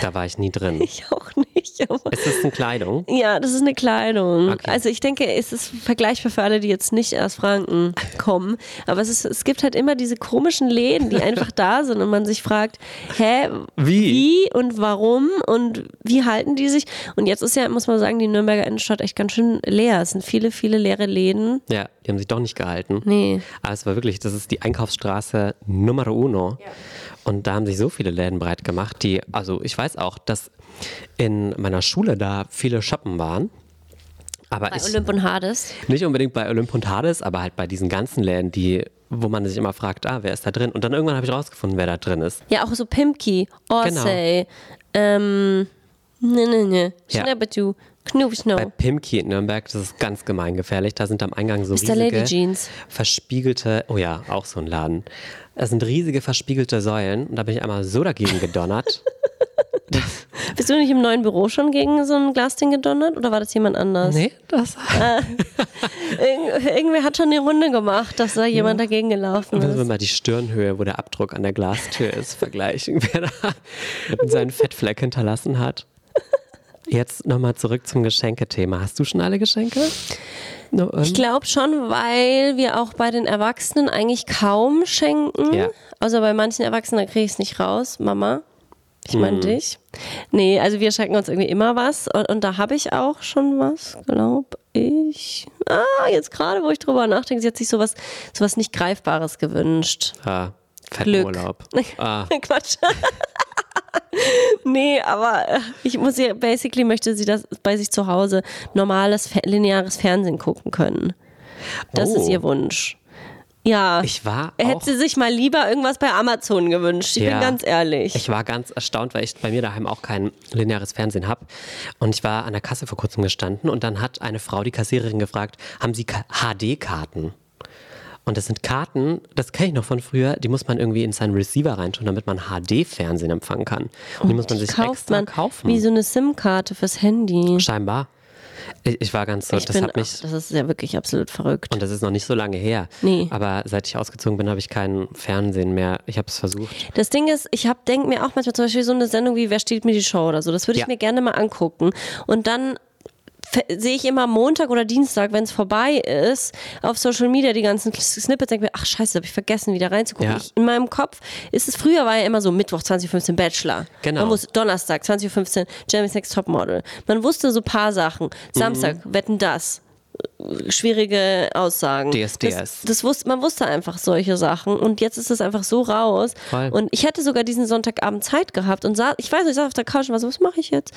Speaker 2: Da war ich nie drin.
Speaker 1: Ich auch nicht. Aber
Speaker 2: Ist das eine Kleidung?
Speaker 1: ja, das ist eine Kleidung.
Speaker 2: Okay.
Speaker 1: Also ich denke, es ist vergleichbar für alle, die jetzt nicht aus Franken kommen. Aber es, ist, es gibt halt immer diese komischen Läden, die einfach da sind und man sich fragt, hä,
Speaker 2: Wie?
Speaker 1: wie und warum und wie halten die sich? Und jetzt ist ja, muss man sagen, die Nürnberger Innenstadt echt ganz schön leer. Es sind viele, viele leere Läden.
Speaker 2: Ja, die haben sich doch nicht gehalten.
Speaker 1: Nee.
Speaker 2: Aber es war wirklich, das ist die Einkaufsstraße Nummer uno. Und da haben sich so viele Läden breit gemacht, die, also ich weiß auch, dass in meiner Schule da viele shoppen waren. Aber
Speaker 1: Bei
Speaker 2: ich,
Speaker 1: Olymp und Hades.
Speaker 2: nicht unbedingt bei Olymp und Hades, aber halt bei diesen ganzen Läden, die, wo man sich immer fragt, ah, wer ist da drin? Und dann irgendwann habe ich rausgefunden, wer da drin ist.
Speaker 1: Ja, auch so Pimki,
Speaker 2: Genau.
Speaker 1: Orsay, ähm, ne, ne, ne,
Speaker 2: Ja.
Speaker 1: Schnappatu, Knubschnau.
Speaker 2: Bei Pimki in Nürnberg, das ist ganz gemeingefährlich. Da sind am Eingang so
Speaker 1: Mr.
Speaker 2: riesige
Speaker 1: Lady Jeans.
Speaker 2: verspiegelte, oh ja, auch so ein Laden. Das sind riesige verspiegelte Säulen und da bin ich einmal so dagegen gedonnert.
Speaker 1: Bist du nicht im neuen Büro schon gegen so ein Glasding gedonnert oder war das jemand anders?
Speaker 2: nee, das
Speaker 1: Irg irgendwer hat schon die Runde gemacht, dass da jemand dagegen gelaufen
Speaker 2: Müssen wir
Speaker 1: ist.
Speaker 2: mal die Stirnhöhe, wo der Abdruck an der Glastür ist, vergleichen, wer da seinen Fettfleck hinterlassen hat. Jetzt nochmal zurück zum Geschenkethema. Hast du schon alle Geschenke? No, ähm,
Speaker 1: Ich glaube schon, weil wir auch bei den Erwachsenen eigentlich kaum schenken.
Speaker 2: Ja.
Speaker 1: Also bei manchen Erwachsenen kriege ich es nicht raus. Mama, ich meine dich. Nee, also wir schenken uns irgendwie immer was und, und da habe ich auch schon was, glaube ich. Ah, jetzt gerade, wo ich drüber nachdenke, sie hat sich sowas, sowas nicht Greifbares gewünscht.
Speaker 2: ah,
Speaker 1: Glück.
Speaker 2: Fetturlaub. Ah,
Speaker 1: Quatsch. nee, aber äh, ich muss ja, basically möchte sie, dass bei sich zu Hause normales, fe- lineares Fernsehen gucken können. Das
Speaker 2: Oh.
Speaker 1: ist ihr Wunsch. Ja.
Speaker 2: ich war
Speaker 1: Hätte
Speaker 2: auch,
Speaker 1: sie sich mal lieber irgendwas bei Amazon gewünscht. Ich
Speaker 2: Ja.
Speaker 1: bin ganz ehrlich.
Speaker 2: ich war ganz erstaunt, weil ich bei mir daheim auch kein lineares Fernsehen habe. Und ich war an der Kasse vor kurzem gestanden und dann hat eine Frau die Kassiererin gefragt, haben Sie Ka- HD-Karten? Und das sind Karten, das kenne ich noch von früher, die muss man irgendwie in seinen Receiver reintun, damit man HD-Fernsehen empfangen kann. Und die muss man sich
Speaker 1: Oh, Kauft
Speaker 2: extra
Speaker 1: man
Speaker 2: kaufen.
Speaker 1: wie so eine SIM-Karte fürs Handy.
Speaker 2: Scheinbar. Ich, ich war ganz so,
Speaker 1: Ich
Speaker 2: das
Speaker 1: bin,
Speaker 2: hat mich.
Speaker 1: ach, das ist ja wirklich absolut verrückt.
Speaker 2: und das ist noch nicht so lange her.
Speaker 1: Nee.
Speaker 2: Aber seit ich ausgezogen bin, habe ich kein Fernsehen mehr. Ich habe es versucht.
Speaker 1: Das Ding ist, ich hab denk mir auch manchmal zum Beispiel so eine Sendung wie Wer steht mir die Show oder so. Das würde ich
Speaker 2: Ja.
Speaker 1: mir gerne mal angucken. Und dann fe- sehe ich immer Montag oder Dienstag, wenn es vorbei ist, auf Social Media die ganzen Snippets, denke mir, ach scheiße, habe ich vergessen, wieder reinzugucken.
Speaker 2: Ja.
Speaker 1: Ich, in meinem Kopf ist es, früher war ja immer so Mittwoch 20.15 Bachelor.
Speaker 2: Genau.
Speaker 1: Man muss Donnerstag 20.15 Uhr Jeremy's Next Topmodel. Man wusste so paar Sachen. Samstag,
Speaker 2: Mhm.
Speaker 1: wetten das. Äh, Schwierige Aussagen.
Speaker 2: DSDS.
Speaker 1: Das, das wusste, man wusste einfach solche Sachen und jetzt ist das einfach so raus.
Speaker 2: Voll.
Speaker 1: Und ich hätte sogar diesen Sonntagabend Zeit gehabt und sah, ich weiß nicht, ich saß auf der Couch und war so, was mache ich jetzt?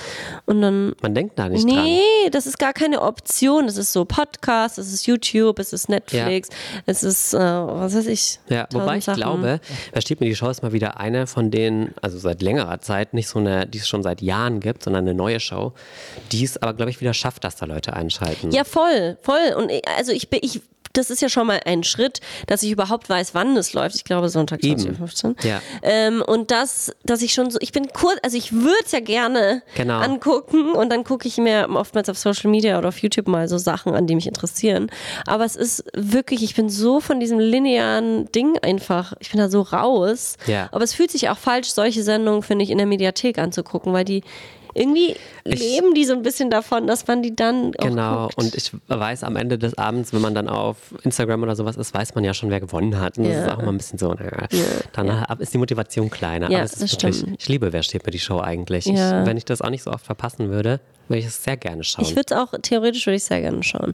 Speaker 1: Und dann,
Speaker 2: Man denkt da nicht dran.
Speaker 1: nee, das ist gar keine Option. Das ist so Podcast, es ist YouTube, es ist Netflix, es ist, äh, was weiß ich.
Speaker 2: Ja, wobei
Speaker 1: tausend
Speaker 2: ich
Speaker 1: Sachen.
Speaker 2: glaube, versteht mir die Show ist mal wieder eine von denen, also seit längerer Zeit, nicht so eine, die es schon seit Jahren gibt, sondern eine neue Show, die es aber, glaube ich, wieder schafft, dass da Leute einschalten.
Speaker 1: Ja, voll, voll. Und ich, also ich bin, ich, das ist ja schon mal ein Schritt, dass ich überhaupt weiß, wann es läuft. Ich glaube, Sonntag
Speaker 2: Eben.
Speaker 1: 20.15
Speaker 2: Ja.
Speaker 1: Ähm, und das, dass ich schon so, ich bin kurz, also ich würde es ja gerne
Speaker 2: Genau.
Speaker 1: angucken und dann gucke ich mir oftmals auf Social Media oder auf YouTube mal so Sachen an, die mich interessieren. Aber es ist wirklich, ich bin so von diesem linearen Ding einfach, ich bin da so raus.
Speaker 2: Ja.
Speaker 1: Aber es fühlt sich auch falsch, solche Sendungen, finde ich, in der Mediathek anzugucken, weil die irgendwie leben die so ein bisschen davon, dass man die dann auch
Speaker 2: Genau,
Speaker 1: guckt.
Speaker 2: und ich weiß am Ende des Abends, wenn man dann auf Instagram oder sowas ist, weiß man ja schon, wer gewonnen hat. Und das
Speaker 1: Ja.
Speaker 2: ist auch immer ein bisschen so, naja, dann ab- ist die Motivation kleiner.
Speaker 1: Ja,
Speaker 2: aber es ist
Speaker 1: das
Speaker 2: wirklich,
Speaker 1: stimmt.
Speaker 2: ich liebe, wer steht mir die Show eigentlich.
Speaker 1: Ja.
Speaker 2: Ich, wenn ich das auch nicht so oft verpassen würde, würde ich es sehr gerne schauen.
Speaker 1: Ich würde es auch, theoretisch würde ich sehr gerne schauen.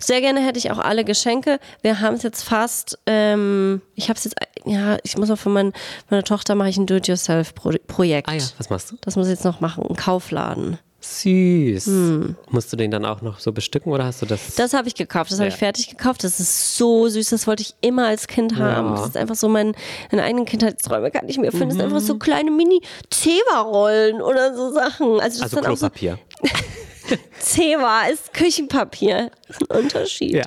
Speaker 1: Sehr gerne hätte ich auch alle Geschenke. Wir haben es jetzt fast, ähm, ich habe es jetzt, ja, ich muss auch für mein, meine Tochter mache ich ein Do-it-yourself-Projekt.
Speaker 2: ah ja, was machst du?
Speaker 1: Das muss ich jetzt noch machen, ein Kaufladen.
Speaker 2: Süß.
Speaker 1: Hm.
Speaker 2: Musst du den dann auch noch so bestücken oder hast du das?
Speaker 1: Das habe ich gekauft, das habe
Speaker 2: Ja.
Speaker 1: ich fertig gekauft. Das ist so süß, das wollte ich immer als Kind haben.
Speaker 2: Ja.
Speaker 1: Das ist einfach so mein, meine eigenen Kindheitsträume kann ich mir erfüllen. Das sind einfach
Speaker 2: Mhm.
Speaker 1: so kleine Mini-Zewa-Rollen oder so Sachen. Also, das
Speaker 2: also
Speaker 1: ist dann auch so
Speaker 2: Klopapier.
Speaker 1: Zewa ist Küchenpapier. Das ist ein Unterschied.
Speaker 2: Ja.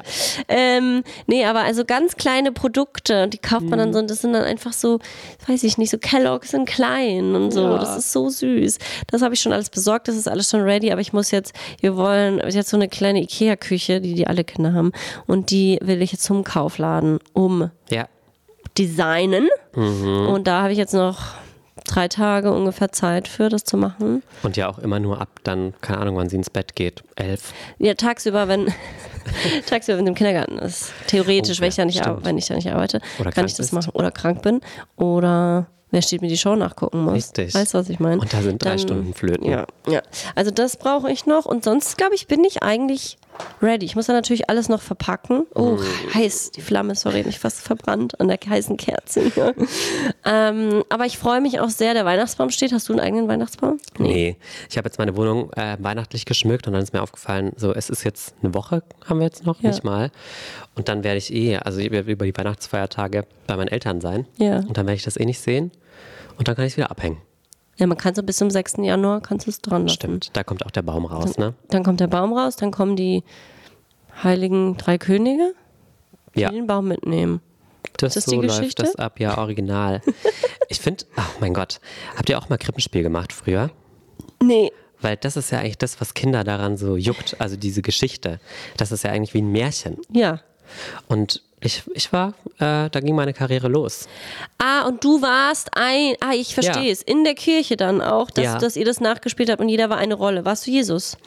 Speaker 1: Ähm, nee, aber also ganz kleine Produkte, die kauft man dann so und das sind dann einfach so, weiß ich nicht, so Kellogg's in klein und so. Das ist so süß. Das habe ich schon alles besorgt, das ist alles schon ready, aber ich muss jetzt, wir wollen, ich jetzt so eine kleine Ikea-Küche, die die alle Kinder haben und die will ich jetzt zum Kaufladen um
Speaker 2: Ja.
Speaker 1: designen und da habe ich jetzt noch drei Tage ungefähr Zeit für, das zu machen.
Speaker 2: Und ja auch immer nur ab dann, keine Ahnung, wann sie ins Bett geht. Elf.
Speaker 1: Ja, tagsüber, wenn tagsüber, wenn sie im Kindergarten ist. Theoretisch,
Speaker 2: Oh,
Speaker 1: wenn,
Speaker 2: ja,
Speaker 1: ich da nicht ar-
Speaker 2: stimmt.
Speaker 1: wenn ich da nicht arbeite,
Speaker 2: Oder
Speaker 1: kann
Speaker 2: krank
Speaker 1: ich das
Speaker 2: bist.
Speaker 1: machen. Oder krank bin. Oder wer steht mir die Show nachgucken muss.
Speaker 2: Richtig.
Speaker 1: Weißt du, was ich meine?
Speaker 2: Und da sind drei
Speaker 1: Dann-
Speaker 2: Stunden Flöten.
Speaker 1: Ja, ja. Also das brauche ich noch. Und sonst, glaube ich, bin ich eigentlich ready. Ich muss dann natürlich alles noch verpacken. Oh, heiß. Die Flamme, sorry, mich fast verbrannt an der heißen Kerze. hier. ähm, aber ich freue mich auch sehr. Der Weihnachtsbaum steht. Hast du einen eigenen Weihnachtsbaum?
Speaker 2: Nee. Ich habe jetzt meine Wohnung äh, weihnachtlich geschmückt und dann ist mir aufgefallen, so es ist jetzt eine Woche, haben wir jetzt noch,
Speaker 1: Ja.
Speaker 2: nicht mal. Und dann werde ich eh, also ich werde über die Weihnachtsfeiertage bei meinen Eltern sein.
Speaker 1: Ja.
Speaker 2: Und dann werde ich das eh nicht sehen. Und dann kann ich es wieder abhängen.
Speaker 1: Ja, man kann so bis zum 6. Januar kannst du es dran lassen.
Speaker 2: Stimmt. Da kommt auch der Baum raus, ne?
Speaker 1: Dann kommt der Baum raus, dann kommen die heiligen drei Könige, die
Speaker 2: Ja.
Speaker 1: den Baum mitnehmen. Das
Speaker 2: Das
Speaker 1: ist
Speaker 2: so
Speaker 1: die
Speaker 2: läuft
Speaker 1: Geschichte?
Speaker 2: das ab, ja, original. ich finde, ach mein Gott, habt ihr auch mal Krippenspiel gemacht früher?
Speaker 1: Nee.
Speaker 2: Weil das ist ja eigentlich das, was Kinder daran so juckt, also diese Geschichte. Das ist ja eigentlich wie ein Märchen.
Speaker 1: Ja.
Speaker 2: Und ich, ich war, äh, da ging meine Karriere los.
Speaker 1: Ah, und du warst ein, ah, ich verstehe
Speaker 2: Ja.
Speaker 1: es, in der Kirche dann auch, dass,
Speaker 2: Ja.
Speaker 1: dass ihr das nachgespielt habt und jeder war eine Rolle. Warst du Jesus?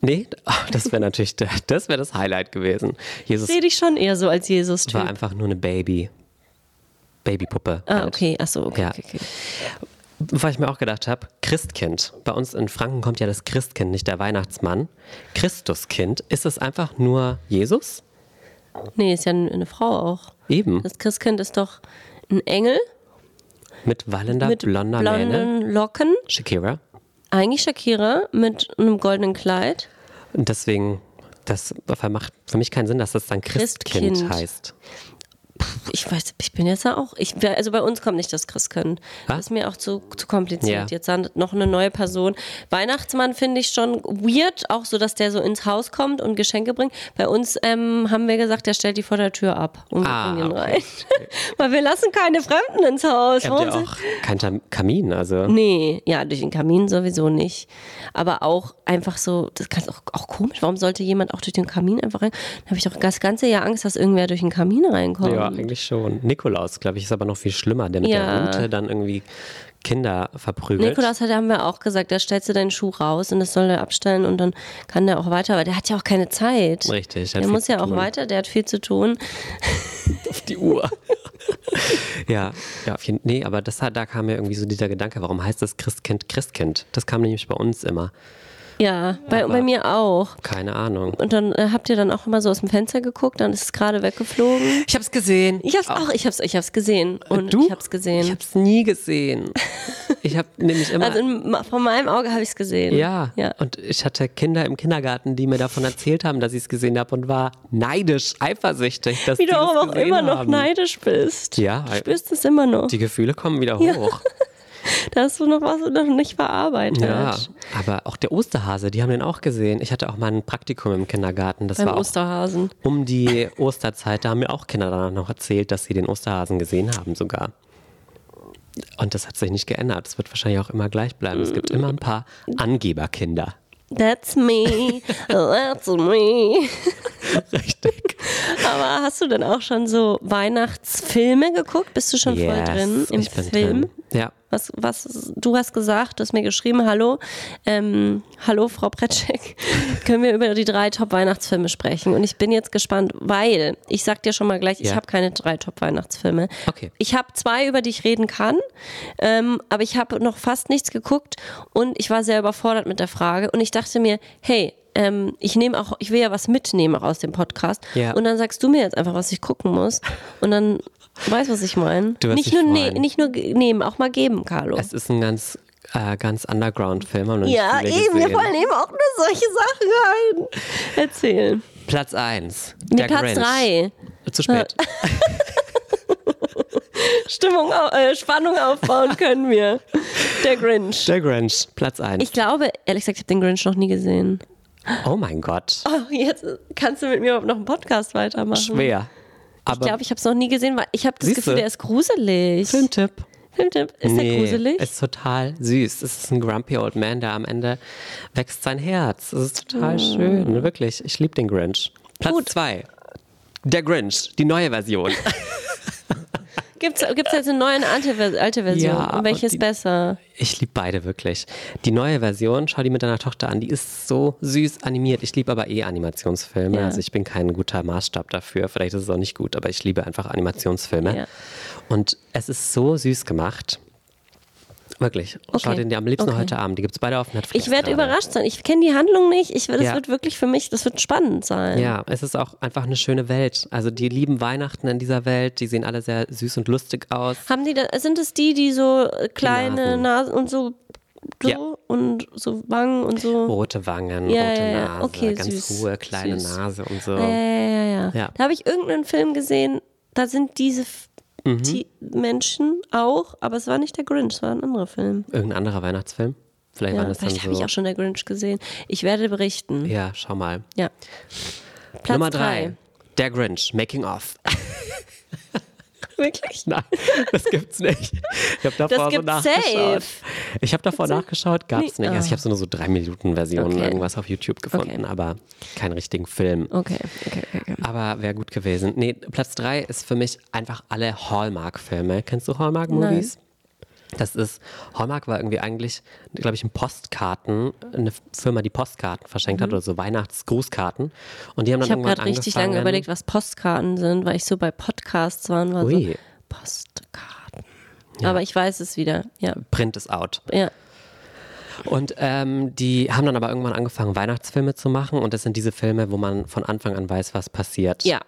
Speaker 2: Nee, oh, das wäre natürlich, der- das wäre das Highlight gewesen. Jesus
Speaker 1: Ich sehe dich schon eher so als Jesus-Typ.
Speaker 2: war einfach nur eine Baby. Babypuppe.
Speaker 1: Ah,
Speaker 2: halt.
Speaker 1: okay, ach so, okay,
Speaker 2: Ja.
Speaker 1: okay, okay.
Speaker 2: Weil ich mir auch gedacht habe, Christkind. Bei uns in Franken kommt ja das Christkind, nicht der Weihnachtsmann. Christuskind, ist es einfach nur Jesus?
Speaker 1: Nee, ist ja n- eine Frau auch.
Speaker 2: Eben.
Speaker 1: Das Christkind ist doch ein Engel
Speaker 2: Mit wallender,
Speaker 1: mit
Speaker 2: blonder Mähne.
Speaker 1: blonden Locken,
Speaker 2: Shakira.
Speaker 1: eigentlich Shakira mit einem goldenen Kleid.
Speaker 2: Und deswegen, das macht für mich keinen Sinn, dass das dann Christkind,
Speaker 1: Christkind.
Speaker 2: heißt.
Speaker 1: ich weiß, ich bin jetzt ja auch. Ich, also bei uns kommt nicht das Christkind. Das
Speaker 2: Was?
Speaker 1: ist mir auch zu, zu kompliziert.
Speaker 2: Ja.
Speaker 1: Jetzt dann noch eine neue Person. Weihnachtsmann finde ich schon weird, auch so, dass der so ins Haus kommt und Geschenke bringt. Bei uns ähm, haben wir gesagt, der stellt die vor der Tür ab und wir
Speaker 2: Ah,
Speaker 1: bringen ihn
Speaker 2: okay.
Speaker 1: rein. Weil wir lassen keine Fremden ins Haus.
Speaker 2: Ihr habt ja
Speaker 1: Warum
Speaker 2: auch keinen Tam- Kamin, also.
Speaker 1: Nee, ja, durch den Kamin sowieso nicht. Aber auch einfach so, das ist auch, auch komisch, warum sollte jemand auch durch den Kamin einfach rein? Da habe ich doch das ganze Jahr Angst, dass irgendwer durch den Kamin reinkommt.
Speaker 2: Ja, eigentlich schon. Nikolaus, glaube ich, ist aber noch viel schlimmer, der mit
Speaker 1: Ja.
Speaker 2: der Rute dann irgendwie Kinder verprügelt.
Speaker 1: Nikolaus hat, haben wir auch gesagt, da stellst du deinen Schuh raus und das soll er abstellen und dann kann der auch weiter, aber der hat ja auch keine Zeit.
Speaker 2: Richtig,
Speaker 1: Der,
Speaker 2: der hat viel
Speaker 1: muss
Speaker 2: zu
Speaker 1: ja auch
Speaker 2: tun.
Speaker 1: weiter, der hat viel zu tun.
Speaker 2: auf die Uhr. ja, ja auf jeden, nee, aber das hat, da kam mir irgendwie so dieser Gedanke, warum heißt das Christkind Christkind? Das kam nämlich bei uns immer.
Speaker 1: Ja, bei, bei mir auch.
Speaker 2: Keine Ahnung.
Speaker 1: Und dann äh, habt ihr dann auch immer so aus dem Fenster geguckt, dann ist es gerade weggeflogen.
Speaker 2: Ich hab's gesehen.
Speaker 1: Ich hab's auch, ich hab's, ich hab's gesehen. Und
Speaker 2: Ah. Äh, du?
Speaker 1: ich hab's gesehen.
Speaker 2: Ich hab's nie gesehen. Ich hab nämlich immer.
Speaker 1: Also in, von meinem Auge habe ich es gesehen.
Speaker 2: ja.
Speaker 1: Hm? ja.
Speaker 2: und ich hatte Kinder im Kindergarten, die mir davon erzählt haben, dass ich es gesehen habe und war neidisch, eifersüchtig, dass
Speaker 1: Wie
Speaker 2: die
Speaker 1: du
Speaker 2: das
Speaker 1: aber auch
Speaker 2: gesehen
Speaker 1: immer noch
Speaker 2: haben.
Speaker 1: neidisch bist.
Speaker 2: Ja,
Speaker 1: Du spürst es immer noch.
Speaker 2: die Gefühle kommen wieder
Speaker 1: Ja.
Speaker 2: hoch.
Speaker 1: Da hast du noch was noch nicht verarbeitet.
Speaker 2: Ja, aber auch der Osterhase, die haben den auch gesehen. Ich hatte auch mal ein Praktikum im Kindergarten. Das
Speaker 1: Beim
Speaker 2: war auch
Speaker 1: Osterhasen.
Speaker 2: um die Osterzeit. Da haben mir auch Kinder danach noch erzählt, dass sie den Osterhasen gesehen haben sogar. Und das hat sich nicht geändert. Das wird wahrscheinlich auch immer gleich bleiben. Es gibt immer ein paar Angeberkinder.
Speaker 1: That's me. That's me.
Speaker 2: Richtig.
Speaker 1: Aber hast du denn auch schon so Weihnachtsfilme geguckt? Bist du schon
Speaker 2: yes,
Speaker 1: voll drin im
Speaker 2: ich bin
Speaker 1: Film?
Speaker 2: drin. Ja.
Speaker 1: Was, was, du hast gesagt, du hast mir geschrieben, hallo, ähm, hallo Frau Pretschek, können wir über die drei Top-Weihnachtsfilme sprechen? Und ich bin jetzt gespannt, weil, ich sag dir schon mal gleich, ich
Speaker 2: Ja.
Speaker 1: habe keine drei Top-Weihnachtsfilme.
Speaker 2: Okay.
Speaker 1: Ich habe zwei, über die ich reden kann, ähm, aber ich habe noch fast nichts geguckt und ich war sehr überfordert mit der Frage und ich dachte mir, hey, ähm, ich nehme auch, ich will ja was mitnehmen auch aus dem Podcast.
Speaker 2: Ja.
Speaker 1: Und dann sagst du mir jetzt einfach, was ich gucken muss. Und dann weißt du, was ich meine.
Speaker 2: Du wirst
Speaker 1: Nicht
Speaker 2: dich
Speaker 1: nur, ne,
Speaker 2: freuen.
Speaker 1: nicht nur ge- nehmen, auch mal geben, Carlo.
Speaker 2: Es ist ein ganz, äh, ganz Underground-Film. haben noch nicht
Speaker 1: ja,
Speaker 2: viele
Speaker 1: eben, mir
Speaker 2: gesehen.
Speaker 1: fallen eben auch nur solche Sachen ein. Erzähl.
Speaker 2: Platz 1.
Speaker 1: Mir Platz drei.
Speaker 2: Zu spät.
Speaker 1: Stimmung, au- äh, Spannung aufbauen können wir. Der Grinch.
Speaker 2: Der Grinch, Platz 1.
Speaker 1: Ich glaube, ehrlich gesagt, ich habe den Grinch noch nie gesehen.
Speaker 2: oh mein Gott.
Speaker 1: Oh, jetzt kannst du mit mir überhaupt noch einen Podcast weitermachen.
Speaker 2: Schwer. Aber
Speaker 1: Ich glaube, ich habe es noch nie gesehen, weil ich habe das
Speaker 2: Siehste?
Speaker 1: Gefühl, der ist gruselig.
Speaker 2: Filmtipp.
Speaker 1: Filmtipp. Ist der gruselig?
Speaker 2: Ist total süß. Es ist ein grumpy old man, der am Ende wächst sein Herz. Es ist
Speaker 1: Ah.
Speaker 2: total schön, wirklich. Ich liebe den Grinch. Platz 2. Der Grinch, die neue Version.
Speaker 1: Gibt es jetzt eine neue und alte, Vers- alte Version?
Speaker 2: Ja,
Speaker 1: und welche
Speaker 2: und
Speaker 1: ist
Speaker 2: die-
Speaker 1: besser?
Speaker 2: Ich liebe beide wirklich. Die neue Version, schau die mit deiner Tochter an, die ist so süß animiert. Ich liebe aber eh Animationsfilme.
Speaker 1: Ja.
Speaker 2: Also ich bin kein guter Maßstab dafür. Vielleicht ist es auch nicht gut, aber ich liebe einfach Animationsfilme.
Speaker 1: Ja.
Speaker 2: Und es ist so süß gemacht. Wirklich. Schau
Speaker 1: Okay.
Speaker 2: den dir am liebsten
Speaker 1: Okay.
Speaker 2: heute Abend. Die gibt es beide auf Netflix.
Speaker 1: Ich werde
Speaker 2: gerade.
Speaker 1: überrascht sein. Ich kenne die Handlung nicht. Ich, das
Speaker 2: Ja.
Speaker 1: wird wirklich für mich, das wird spannend sein.
Speaker 2: Ja, es ist auch einfach eine schöne Welt. Also die lieben Weihnachten in dieser Welt. Die sehen alle sehr süß und lustig aus.
Speaker 1: Haben die da, sind es die, die so äh, kleine
Speaker 2: Nasen.
Speaker 1: Nasen und so, so
Speaker 2: Ja.
Speaker 1: und so Wangen und so?
Speaker 2: Rote Wangen,
Speaker 1: Ja,
Speaker 2: rote
Speaker 1: ja, ja.
Speaker 2: Nase,
Speaker 1: Okay,
Speaker 2: ganz
Speaker 1: süß.
Speaker 2: hohe kleine
Speaker 1: Süß.
Speaker 2: Nase und so.
Speaker 1: Ja, ja, ja, ja.
Speaker 2: Oh, Ja.
Speaker 1: Da habe ich irgendeinen Film gesehen, da sind diese F-
Speaker 2: Mhm.
Speaker 1: Ti- Menschen auch, aber es war nicht der Grinch, es war ein anderer Film.
Speaker 2: Irgendein anderer Weihnachtsfilm? Vielleicht
Speaker 1: Ja,
Speaker 2: waren das dann
Speaker 1: vielleicht
Speaker 2: so.
Speaker 1: habe ich auch schon der Grinch gesehen. Ich werde berichten. Ja.
Speaker 2: ja, schau mal.
Speaker 1: Platz
Speaker 2: Nummer drei. Der Grinch, Making Off.
Speaker 1: Wirklich?
Speaker 2: Nein, das gibt's nicht. Ich habe davor so
Speaker 1: gibt's
Speaker 2: nachgeschaut. Ich habe davor nachgeschaut, gab's
Speaker 1: Nee,
Speaker 2: nicht. Also
Speaker 1: ah.
Speaker 2: ich habe so nur so drei Minuten Versionen
Speaker 1: Okay.
Speaker 2: irgendwas auf YouTube gefunden,
Speaker 1: Okay.
Speaker 2: aber keinen richtigen Film.
Speaker 1: Okay, okay, okay. okay.
Speaker 2: Aber wäre gut gewesen. Nee, Platz 3 ist für mich einfach alle Hallmark-Filme. Kennst du Hallmark-Movies? Das ist, Hallmark war irgendwie eigentlich, glaube ich, ein Postkarten, eine Firma, die Postkarten verschenkt hat oder so Weihnachtsgrußkarten. Und die haben
Speaker 1: Mhm.
Speaker 2: dann
Speaker 1: Ich habe
Speaker 2: irgendwann
Speaker 1: gerade richtig
Speaker 2: angefangen-
Speaker 1: lange überlegt, was Postkarten sind, weil ich so bei Podcasts war und war so,
Speaker 2: Ui.
Speaker 1: Postkarten. Aber ich weiß es wieder. Ja,
Speaker 2: Print is out.
Speaker 1: ja.
Speaker 2: Und ähm, die haben dann aber irgendwann angefangen, Weihnachtsfilme zu machen. Und das sind diese Filme, wo man von Anfang an weiß, was passiert.
Speaker 1: Ja.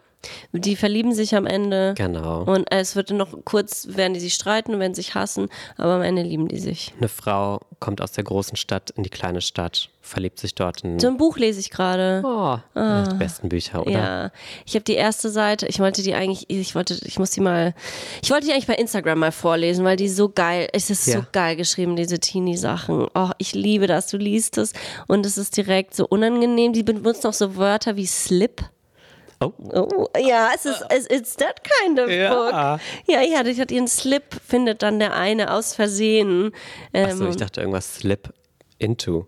Speaker 1: Die verlieben sich am Ende.
Speaker 2: Genau.
Speaker 1: Und äh, es wird noch kurz, werden die sich streiten und werden sich hassen, aber am Ende lieben die sich.
Speaker 2: Eine Frau kommt aus der großen Stadt in die kleine Stadt, verliebt sich dort in.
Speaker 1: So ein Buch lese ich gerade.
Speaker 2: Oh, eines der besten Bücher, oder?
Speaker 1: Ah. Ja, ich habe die erste Seite, ich wollte die eigentlich, ich wollte, ich muss die mal, ich wollte die eigentlich bei Instagram mal vorlesen, weil die so geil, es ist so
Speaker 2: Ja.
Speaker 1: geil geschrieben, diese Teenie-Sachen. Oh, ich liebe das, du liest es und es ist direkt so unangenehm. Die benutzen auch so Wörter wie Slip.
Speaker 2: Oh.
Speaker 1: Oh, ja, es ist, es, it's that kind of
Speaker 2: Ja.
Speaker 1: book. Ja, ja, die hat ihren Slip, findet dann der eine aus Versehen. Ähm,
Speaker 2: Achso, ich dachte irgendwas slip into.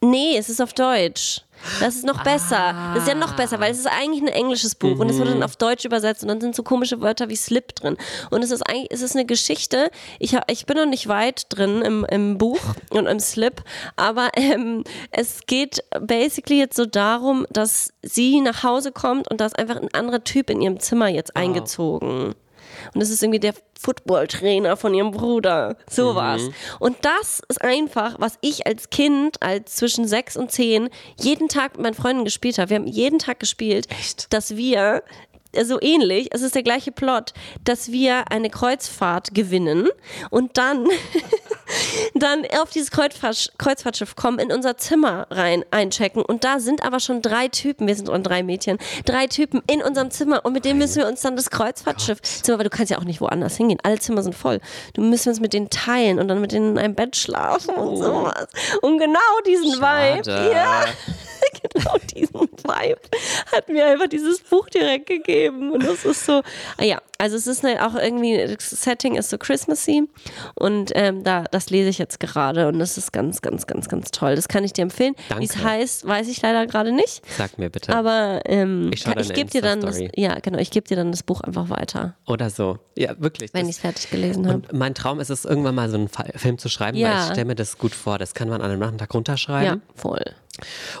Speaker 1: Nee, es ist auf Deutsch. Das ist noch besser. Das ist ja noch besser, weil es ist eigentlich ein englisches Buch und es wurde dann auf Deutsch übersetzt und dann sind so komische Wörter wie Slip drin. Und es ist eigentlich, es ist eine Geschichte. Ich, hab- ich bin noch nicht weit drin im, im Buch und im Slip, aber ähm, es geht basically jetzt so darum, dass sie nach Hause kommt und da ist einfach ein anderer Typ in ihrem Zimmer jetzt eingezogen. Und das ist irgendwie der Footballtrainer von ihrem Bruder. So war's. Und das ist einfach, was ich als Kind, als zwischen sechs und zehn, jeden Tag mit meinen Freunden gespielt habe. Wir haben jeden Tag gespielt, dass wir so ähnlich, es ist der gleiche Plot, dass wir eine Kreuzfahrt gewinnen und dann dann auf dieses Kreuzfahrtsch- Kreuzfahrtschiff kommen, in unser Zimmer rein einchecken und da sind aber schon drei Typen, wir sind und drei Mädchen, drei Typen in unserem Zimmer und mit denen müssen wir uns dann das Kreuzfahrtschiff, Zimmer, weil du kannst ja auch nicht woanders hingehen, alle Zimmer sind voll. Du müssen wir uns mit denen teilen und dann mit denen in einem Bett schlafen und sowas. Und genau diesen Vibe,
Speaker 2: Schade.
Speaker 1: ja, genau diesen Vibe hat mir einfach dieses Buch direkt gegeben. Und das ist so, ah ja, also es ist halt auch irgendwie, das Setting ist so Christmassy. Und ähm, da, das lese ich jetzt gerade und das ist ganz, ganz, ganz, ganz toll. Das kann ich dir empfehlen. Wie es
Speaker 2: Danke.
Speaker 1: heißt, weiß ich leider gerade nicht.
Speaker 2: Sag mir bitte.
Speaker 1: Aber ähm,
Speaker 2: Ich schau
Speaker 1: kann- ich
Speaker 2: deine
Speaker 1: gebe dir dann das,
Speaker 2: Insta-Story.
Speaker 1: ja, genau, ich gebe dir dann das Buch einfach weiter,
Speaker 2: Oder so. Ja, wirklich.
Speaker 1: wenn
Speaker 2: das-
Speaker 1: ich es fertig gelesen habe.
Speaker 2: Und mein Traum ist es, irgendwann mal so einen Fa- Film zu schreiben,
Speaker 1: Ja.
Speaker 2: weil ich stelle mir das gut vor. Das kann man an einem Nachmittag
Speaker 1: Ja,
Speaker 2: runterschreiben
Speaker 1: voll.